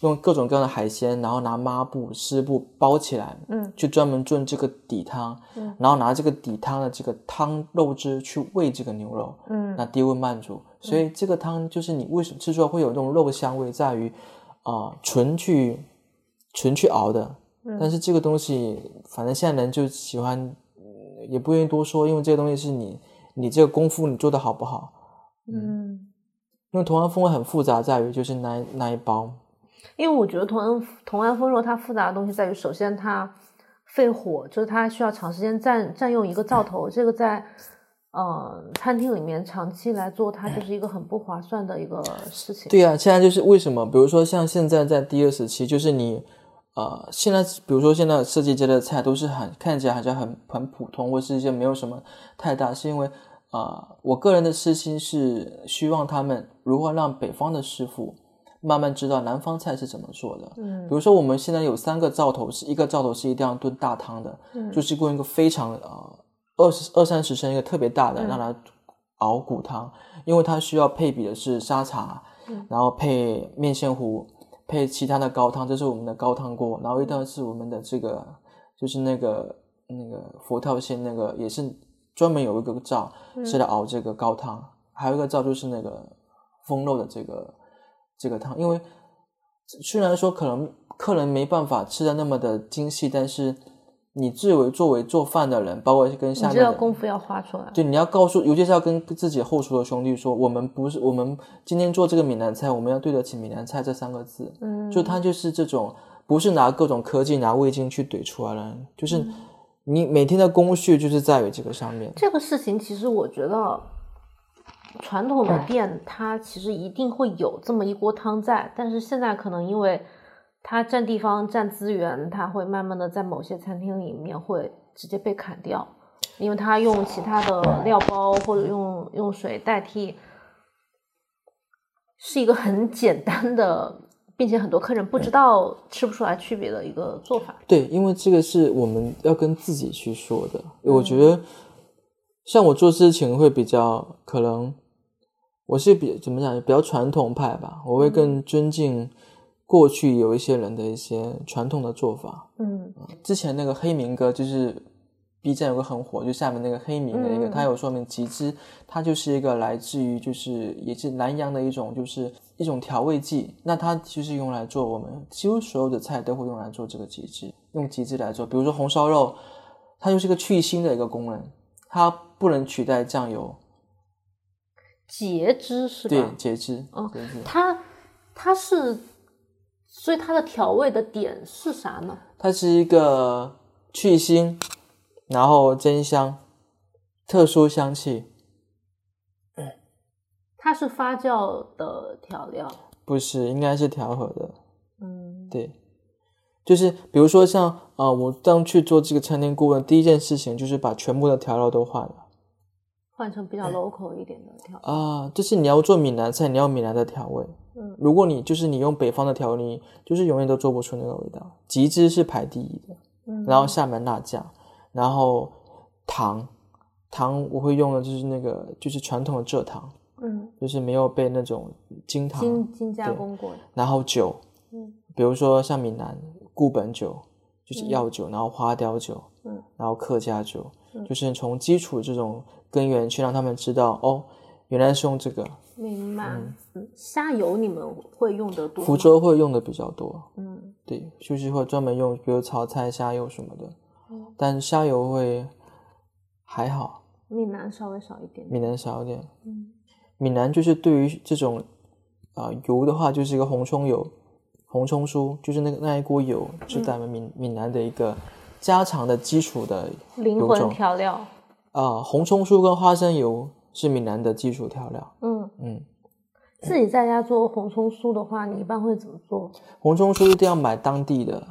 Speaker 1: 用各种各样的海鲜，然后拿抹布、湿布包起来，嗯，去专门炖这个底汤，嗯，然后拿这个底汤的这个汤肉汁去喂这个牛肉，嗯，那低温慢煮，所以这个汤就是你为什么吃出来会有这种肉香味，在于啊、纯去纯去熬的，但是这个东西反正现在人就喜欢，嗯也不愿意多说，因为这个东西是你你这个功夫你做的好不好，
Speaker 2: 嗯，
Speaker 1: 因为同样风味很复杂，在于就是那一那一包，
Speaker 2: 因为我觉得同安同安风肉它复杂的东西在于，首先它费火，就是它需要长时间占占用一个灶头，这个在。呃，餐厅里面长期来做，它就是一个很不划算的一个事情。
Speaker 1: 对啊，现在就是为什么？比如说像现在在第二时期，就是你，呃，现在比如说现在设计界的菜都是很看起来好像很很普通，或是一些没有什么太大，是因为啊、呃我个人的私心是希望他们如何让北方的师傅慢慢知道南方菜是怎么做的。嗯，比如说我们现在有三个灶头，是一个灶头是一定要炖大汤的，就是用一个非常呃二十二三十升一个特别大的，让它熬骨汤，因为它需要配比的是沙茶，然后配面线糊，配其他的高汤，这是我们的高汤锅，然后一道是我们的这个就是那个那个佛跳线那个也是专门有一个灶是来熬这个高汤，还有一个灶就是那个风肉的这个这个汤，因为虽然说可能客人没办法吃的那么的精细，但是你作为作为做饭的人，包括跟下
Speaker 2: 你
Speaker 1: 面
Speaker 2: 这
Speaker 1: 的
Speaker 2: 个
Speaker 1: 人
Speaker 2: 功夫要花出来。
Speaker 1: 对，你要告诉，尤其是要跟自己后厨的兄弟说，我们不是我们今天做这个闽南菜，我们要对得起闽南菜这三个字。嗯，就它就是这种，不是拿各种科技、拿味精去怼出来的，就是你每天的工序就是在于这个上面。
Speaker 2: 这个事情其实我觉得，传统
Speaker 1: 嗯
Speaker 2: 的店它其实一定会有这么一锅汤在，但是现在可能因为它占地方、占资源，它会慢慢的在某些餐厅里面会直接被砍掉，因为它用其他的
Speaker 1: 嗯
Speaker 2: 料包或者用用水代替，是一个很简单的，并且很多客人
Speaker 1: 嗯
Speaker 2: 不知道吃不出来区别的一个做法。
Speaker 1: 对，因为这个是我们要跟自己去说的。我觉得，像我做事情会比较可能，我是比怎么讲，比较传统派吧，我会更尊敬过去有一些人的一些传统的做法。
Speaker 2: 嗯
Speaker 1: 之前那个黑明哥就是 B 站有个很火，就下面那个黑明的一个，
Speaker 2: 嗯
Speaker 1: 他有说明集资，它就是一个来自于就是也是南洋的一种就是一种调味剂，那它就是用来做我们几乎所有的菜都会用来做这个集资，用集资来做，比如说红烧肉，它就是个去腥的一个功能，它不能取代酱油，
Speaker 2: 节制是吧？
Speaker 1: 对，节制，
Speaker 2: 哦
Speaker 1: 节制，
Speaker 2: 它它是，所以它的调味的点是啥呢？
Speaker 1: 它是一个去腥，然后增香，特殊香气，
Speaker 2: 它是发酵的调料，
Speaker 1: 不是，应该是调和的。
Speaker 2: 嗯，
Speaker 1: 对，就是比如说像啊、呃我当去做这个餐厅顾问，第一件事情就是把全部的调料都换了
Speaker 2: 换成比较 local 一点的调。
Speaker 1: 啊、就是你要做闽南菜，你要闽南的调味。
Speaker 2: 嗯，
Speaker 1: 如果你就是你用北方的调味，你就是永远都做不出那个味道。极致是排第一的，
Speaker 2: 嗯
Speaker 1: 然后厦门辣酱，然后糖，糖我会用的就是那个就是传统的蔗糖，
Speaker 2: 嗯，
Speaker 1: 就是没有被那种精糖
Speaker 2: 精精加工过的，
Speaker 1: 然后酒，
Speaker 2: 嗯，
Speaker 1: 比如说像闽南固本酒，就是药酒，然后花雕酒，
Speaker 2: 嗯，
Speaker 1: 然后客家酒，就是从基础这种根源去让他们知道，哦，原来是用这个。
Speaker 2: 明白。嗯，虾油你们会用的多吗？
Speaker 1: 福州会用的比较多，
Speaker 2: 嗯，
Speaker 1: 对，就是会专门用，比如炒菜、虾油什么的，
Speaker 2: 嗯
Speaker 1: 但虾油会还好，
Speaker 2: 闽南稍微少一点点。
Speaker 1: 闽南少一点。
Speaker 2: 嗯，
Speaker 1: 闽南就是对于这种啊、呃油的话，就是一个红葱油，红葱酥，就是那个那一锅油，是咱们闽闽南的一个家常的基础的
Speaker 2: 灵
Speaker 1: 有
Speaker 2: 魂
Speaker 1: 种
Speaker 2: 调料。
Speaker 1: 啊、呃红葱酥跟花生油是闽南的基础调料。
Speaker 2: 嗯，
Speaker 1: 嗯，
Speaker 2: 自己在家做红葱酥的话，你一般会怎么做？
Speaker 1: 红葱酥一定要买当地的，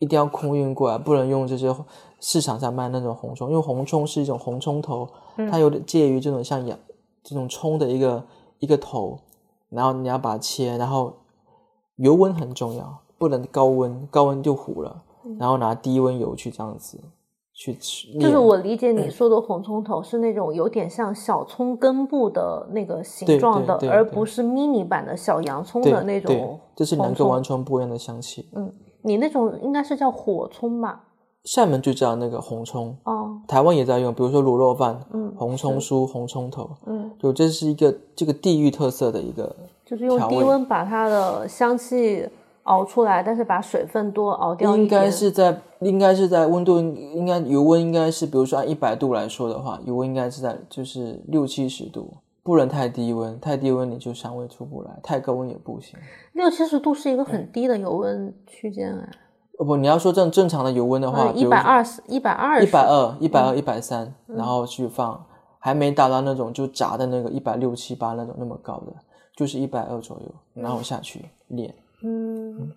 Speaker 1: 一定要空运过来，不能用这些市场上卖那种红葱，因为红葱是一种红葱头，
Speaker 2: 嗯
Speaker 1: 它有点介于这种像洋这种葱的一个一个头，然后你要把它切，然后油温很重要，不能高温，高温就糊了，然后拿低温油去这样子去吃，
Speaker 2: 嗯就是
Speaker 1: 炼
Speaker 2: 我理解
Speaker 1: 嗯
Speaker 2: 你说的红葱头是那种有点像小葱根部的那个形
Speaker 1: 对
Speaker 2: 状
Speaker 1: 对
Speaker 2: 的，
Speaker 1: 对
Speaker 2: 而
Speaker 1: 对
Speaker 2: 不是 mini 版的小洋葱
Speaker 1: 对
Speaker 2: 的那
Speaker 1: 对
Speaker 2: 种，
Speaker 1: 这是两
Speaker 2: 红
Speaker 1: 个
Speaker 2: 葱嗯
Speaker 1: 完全不一样的香气。
Speaker 2: 你那种应该是叫火葱吧？
Speaker 1: 厦门就叫那个红葱，
Speaker 2: 哦，
Speaker 1: 台湾也在用，比如说卤肉饭、
Speaker 2: 嗯
Speaker 1: 红葱酥、红葱头，
Speaker 2: 嗯，
Speaker 1: 就这是一个这个地域特色的一个，
Speaker 2: 就是用
Speaker 1: 调
Speaker 2: 低
Speaker 1: 味
Speaker 2: 温把它的香气熬出来，但是把水分多熬掉一
Speaker 1: 应该
Speaker 2: 点
Speaker 1: 是在应该是在温度应该油温应该是，比如说按一百度来说的话，油温应该是在就是六七十度，不能太低温，太低温你就香味出不来，太高温也不行。
Speaker 2: 六七十度是一个
Speaker 1: 嗯
Speaker 2: 很低的油温区间哎，
Speaker 1: 哦不，你要说正正常的油温的话，
Speaker 2: 嗯一百二十，一百二
Speaker 1: 一
Speaker 2: 十，嗯
Speaker 1: 百二、一百二、一百三，然后去放，还没达到那种就炸的那个一百六七八那种那么高的，就是一百二左右，然后下去炼。
Speaker 2: 嗯，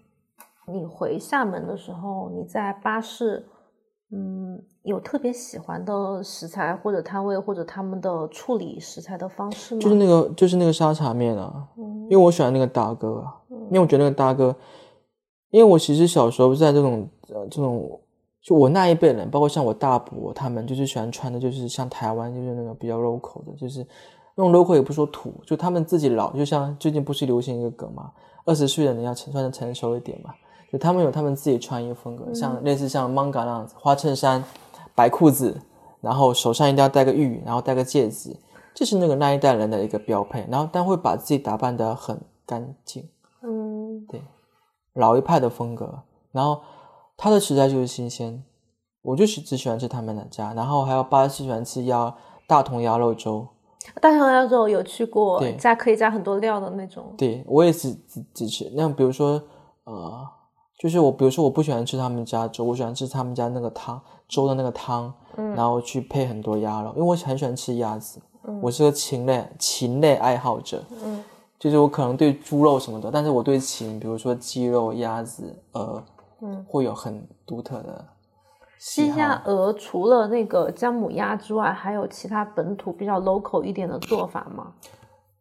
Speaker 2: 你回厦门的时候，你在巴士，嗯，有特别喜欢的食材或者摊位或者他们的处理食材的方式吗？
Speaker 1: 就是那个就是那个沙茶面啊，因为我喜欢那个大哥啊，因为我觉得那个大哥，因为我其实小时候在这种呃这种，就我那一辈人，包括像我大伯他们，就是喜欢穿的就是像台湾就是那种比较 local 的，就是那种 local 也不说土，就他们自己老，就像最近不是流行一个梗嘛，二十岁的人要成穿的成熟一点嘛，就他们有他们自己穿衣风格，像类似像 manga 那样子，花衬衫、白裤子，然后手上一定要戴个玉，然后戴个戒指，这是那个那一代人的一个标配。然后但会把自己打扮得很干净，
Speaker 2: 嗯，
Speaker 1: 老一派的风格。然后他的食材就是新鲜，我就是只喜欢吃他们的家。然后还有巴西喜欢吃鸭大同鸭肉粥，
Speaker 2: 大象鸭肉有去过，
Speaker 1: 对
Speaker 2: 加可以加很多料的那种。
Speaker 1: 对我也是只只吃。那比如说呃，就是我比如说我不喜欢吃他们家粥，我喜欢吃他们家那个汤粥的那个汤，
Speaker 2: 嗯
Speaker 1: 然后去配很多鸭肉，因为我很喜欢吃鸭子，我是个禽类禽类爱好者。
Speaker 2: 嗯
Speaker 1: 就是我可能对猪肉什么的，但是我对禽，比如说鸡肉、鸭子、鹅，
Speaker 2: 嗯，
Speaker 1: 会有很独特的喜
Speaker 2: 鸡
Speaker 1: 好。
Speaker 2: 鸭鹅除了那个姜母鸭之外，还有其他本土比较 local 一点的做法吗？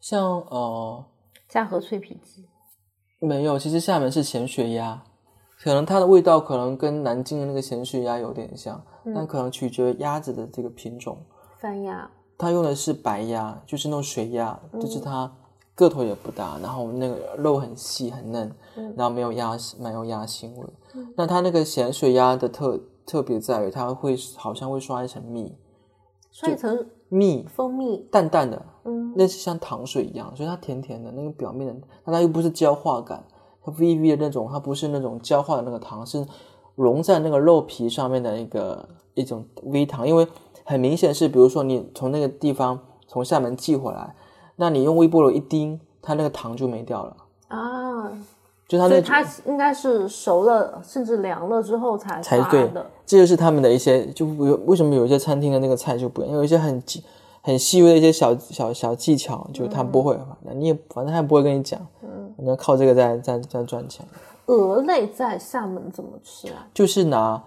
Speaker 1: 像呃，
Speaker 2: 嘉禾脆皮鸡，
Speaker 1: 没有，其实厦门是咸水鸭，可能它的味道可能跟南京的那个咸水鸭有点像，但可能取决于鸭子的这个品种。
Speaker 2: 番鸭，
Speaker 1: 它用的是白鸭，就是那种水鸭，就是它个头也不大，然后那个肉很细很嫩，然后没有鸭没有鸭腥味。那它那个咸水鸭的特特别在于，它会好像会刷一层蜜，
Speaker 2: 刷一层
Speaker 1: 蜜
Speaker 2: 蜂蜜，
Speaker 1: 淡淡的，
Speaker 2: 嗯，
Speaker 1: 类似像糖水一样，所以它甜甜的，那个表面的，但它又不是焦化感，它 V V 的那种，它不是那种焦化的那个糖，是融在那个肉皮上面的一个一种微糖，因为很明显是，比如说你从那个地方从厦门寄回来，那你用微波炉一叮，它那个糖就没掉了，
Speaker 2: 啊，
Speaker 1: 就它
Speaker 2: 所
Speaker 1: 那
Speaker 2: 以它应该是熟了，甚至凉了之后才
Speaker 1: 才
Speaker 2: 发
Speaker 1: 对
Speaker 2: 的。，
Speaker 1: 这就是他们的一些，就有为什么有一些餐厅的那个菜就不一样，有一些很细很细微的一些小小小技巧，就是他不会，你也反正他也不会跟你讲，嗯，你要靠这个在在在赚钱，
Speaker 2: 鹅类在厦门怎么吃啊？
Speaker 1: 就是拿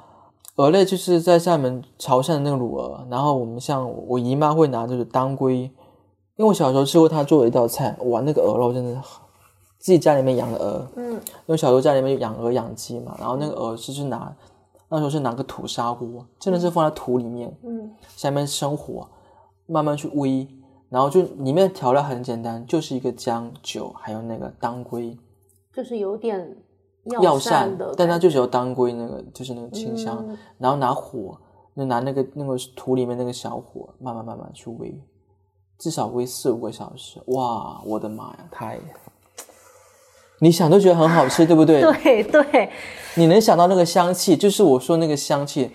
Speaker 1: 鹅类就是在厦门潮汕的那个卤鹅，然后我们像我姨妈会拿就是当归，因为我小时候吃过她做的一道菜，哇，那个鹅肉真的很自己家里面养的鹅，
Speaker 2: 嗯，
Speaker 1: 因为小时候家里面养鹅养鸡嘛，然后那个鹅是去拿，那时候是拿个土砂锅，真的是放在土里面，
Speaker 2: 嗯，
Speaker 1: 下面生火，慢慢去煨，然后就里面调料很简单，就是一个姜、酒，还有那个当归
Speaker 2: 就是有点
Speaker 1: 药
Speaker 2: 膳
Speaker 1: 膳
Speaker 2: 哦的感觉，，嗯
Speaker 1: 但它就是有当归那个就是那个清香，然后拿火，就拿那个那个土里面那个小火，慢慢慢慢去煨。至少煨四五个小时，哇，我的妈呀，太！你想都觉得很好吃，对不对？
Speaker 2: *laughs* 对对，
Speaker 1: 你能想到那个香气，就是我说那个香气，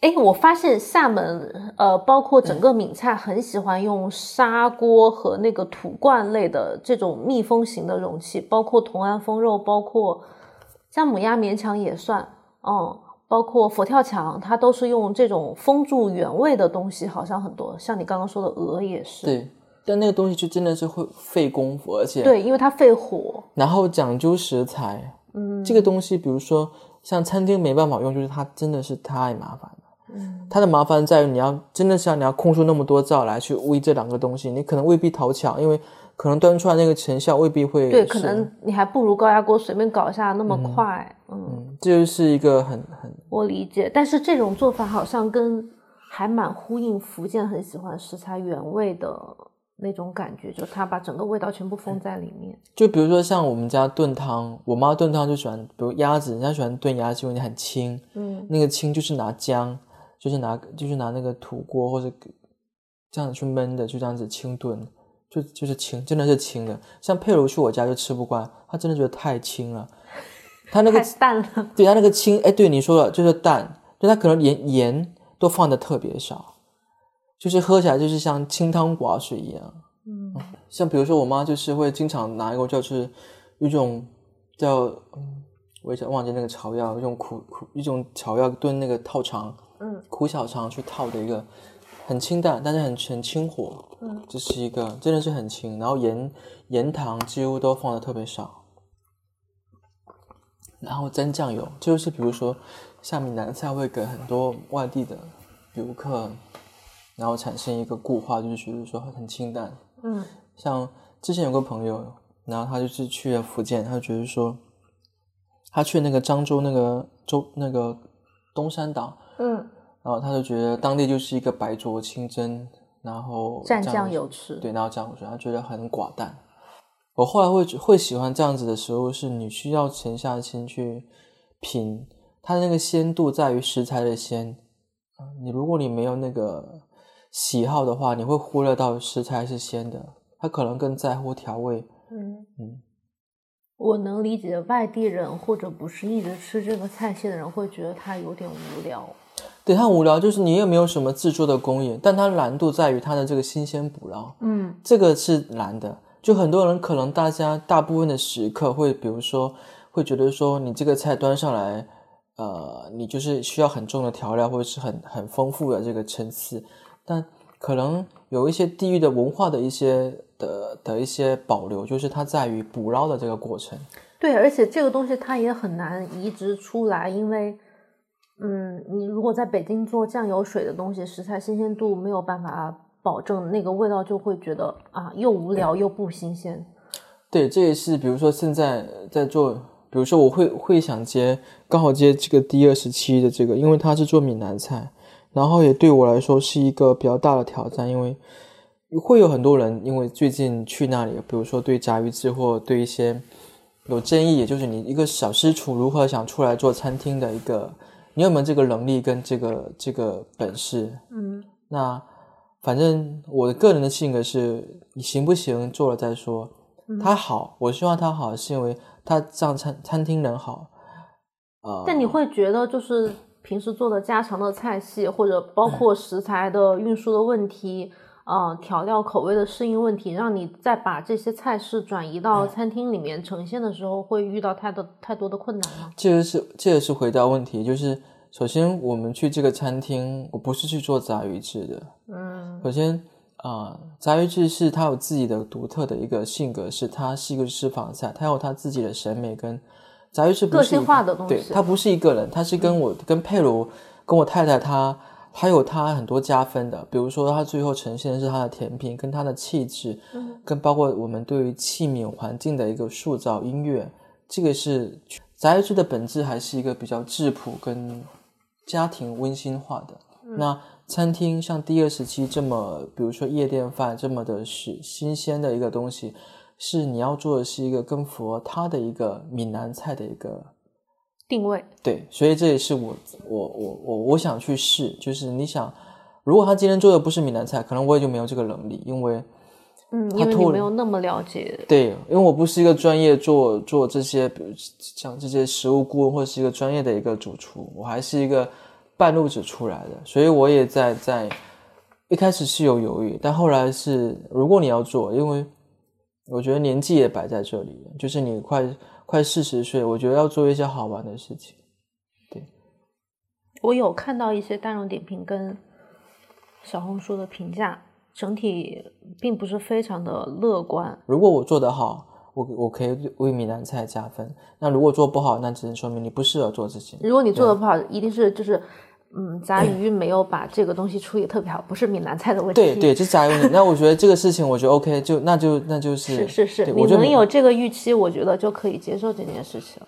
Speaker 2: 哎，我发现厦门，呃，包括整个闽菜，很喜欢用砂锅和那个土罐类的这种密封型的容器，包括同安封肉，包括姜母鸭勉强也算，嗯，包括佛跳墙，它都是用这种封住原味的东西，好像很多，像你刚刚说的鹅也是，
Speaker 1: 对。但那个东西就真的是会费功夫，而且
Speaker 2: 对，因为它费火，
Speaker 1: 然后讲究食材，嗯，这个东西，比如说像餐厅没办法用，就是它真的是太麻烦了。嗯，它的麻烦在于你要真的是要你要空出那么多灶来去煨这两个东西，你可能未必讨巧，因为可能端出来那个成效未必会
Speaker 2: 对，可
Speaker 1: 是
Speaker 2: 能你还不如高压锅随便搞一下那么快，嗯
Speaker 1: 嗯这就是一个很很
Speaker 2: 我理解，但是这种做法好像跟还蛮呼应福建很喜欢食材原味的那种感觉，就它把整个味道全部封在里面。
Speaker 1: 就比如说像我们家炖汤，我妈炖汤就喜欢，比如鸭子，人家喜欢炖鸭，是因为你很清，
Speaker 2: 嗯，
Speaker 1: 那个清就是拿姜，就是拿就是拿那个土锅或者这样子去焖的，就这样子清炖，就就是清，真的是清的。像佩如去我家就吃不惯，她真的觉得太清了，她那个
Speaker 2: 太淡了。
Speaker 1: 对它那个清，哎，对你说了，就是淡，就它可能连盐都放的特别少，就是喝起来就是像清汤寡水一样。嗯，像比如说我妈就是会经常拿一个就是一种叫嗯，我也想忘记那个草药，一种苦苦一种草药炖那个套肠，
Speaker 2: 嗯，
Speaker 1: 苦小肠去套的一个。很清淡，但是很很清火，嗯，这是一个真的是很清，然后盐盐糖几乎都放的特别少，然后沾酱油，这就是比如说像闽南菜会给很多外地的游客，然后产生一个固化，就是觉得说很清淡。
Speaker 2: 嗯，
Speaker 1: 像之前有个朋友，然后他就是去了福建，他就觉得说，他去那个漳州那个州那个东山岛，
Speaker 2: 嗯，
Speaker 1: 然后他就觉得当地就是一个白灼清蒸，然后
Speaker 2: 蘸酱油吃。
Speaker 1: 对，然后讲我觉得他觉得很寡淡。我后来会会喜欢这样子的食物，是你需要沉下心去品它的那个鲜度，在于食材的鲜。啊你如果你没有那个喜好的话，你会忽略到食材是鲜的，他可能更在乎调味。
Speaker 2: 嗯
Speaker 1: 嗯，
Speaker 2: 我能理解外地人或者不是一直吃这个菜系的人会觉得它有点无聊。
Speaker 1: 对它很无聊，就是你也没有什么制作的工艺，但它难度在于它的这个新鲜捕捞。
Speaker 2: 嗯
Speaker 1: 这个是难的。就很多人可能大家大部分的时刻会，比如说会觉得说你这个菜端上来，呃，你就是需要很重的调料或者是很很丰富的这个层次，但可能有一些地域的文化的一些的的一些保留，就是它在于捕捞的这个过程。
Speaker 2: 对，而且这个东西它也很难移植出来，因为，嗯，你如果在北京做酱油水的东西，食材新鲜度没有办法保证，那个味道就会觉得啊，又无聊又不新鲜。
Speaker 1: 对，这也是比如说现在呃在做，比如说我会会想接刚好接这个 D 二十七的这个，因为它是做闽南菜，然后也对我来说是一个比较大的挑战，因为会有很多人因为最近去那里，比如说对炸鱼翅或对一些有争议，也就是你一个小师厨如何想出来做餐厅的一个，你有没有这个能力跟这个这个本事？
Speaker 2: 嗯
Speaker 1: 那反正我的个人的性格是，你行不行做了再说。它好，我希望它好，是因为它让餐餐厅人好。呃，
Speaker 2: 但你会觉得就是嗯平时做的家常的菜系，或者包括食材的运输的问题，呃调料口味的适应问题，让你再把这些菜式转移到餐厅里面呈现的时候，会遇到太多太多的困难吗？
Speaker 1: 这个是这也是回答问题，就是首先我们去这个餐厅，我不是去做杂鱼制的。
Speaker 2: 嗯
Speaker 1: 首先啊、呃杂鱼制是它有自己的独特的一个性格，是它是一个私房菜，它有它自己的审美跟杂鱼制不
Speaker 2: 个
Speaker 1: 是一
Speaker 2: 性化的东
Speaker 1: 对
Speaker 2: 西，
Speaker 1: 他不是一个人，他是跟我、跟佩鲁跟我太太她，她有她很多加分的，比如说她最后呈现的是她的甜品，跟她的气质，
Speaker 2: 嗯
Speaker 1: 跟包括我们对于器皿环境的一个塑造，音乐，这个是杂志的本质还是一个比较质朴跟家庭温馨化的。那餐厅像第二时期这么，比如说夜店饭这么的是新鲜的一个东西，是你要做的是一个更符合它的一个闽南菜的一个
Speaker 2: 定位，
Speaker 1: 对，所以这也是我我我我我想去试，就是你想，如果他今天做的不是闽南菜，可能我也就没有这个能力，因为
Speaker 2: 嗯，
Speaker 1: 他
Speaker 2: 因为你
Speaker 1: 脱
Speaker 2: 没有那么了解，
Speaker 1: 对，因为我不是一个专业做做这些，比如像这些食物顾问或者是一个专业的一个主厨，我还是一个半路子出来的，所以我也在在一开始是有犹豫，但后来是如果你要做，因为我觉得年纪也摆在这里了，就是你快快四十岁，我觉得要做一些好玩的事情。
Speaker 2: 我有看到一些大众点评跟小红书的评价，整体并不是非常的乐观。
Speaker 1: 如果我做得好，我我可以为闽南菜加分；那如果做不好，那只能说明你不适合做这些。
Speaker 2: 如果你做的不好，一定是就是，嗯，杂鱼没有把这个东西处理特别好，不是闽南菜的问题。
Speaker 1: 对对，这是杂鱼。那我觉得这个事情，我觉得 OK，就那就那就是
Speaker 2: 是是，
Speaker 1: 对
Speaker 2: 你
Speaker 1: 我就
Speaker 2: 能
Speaker 1: 没
Speaker 2: 有这个预期，我觉得就可以接受这件事情。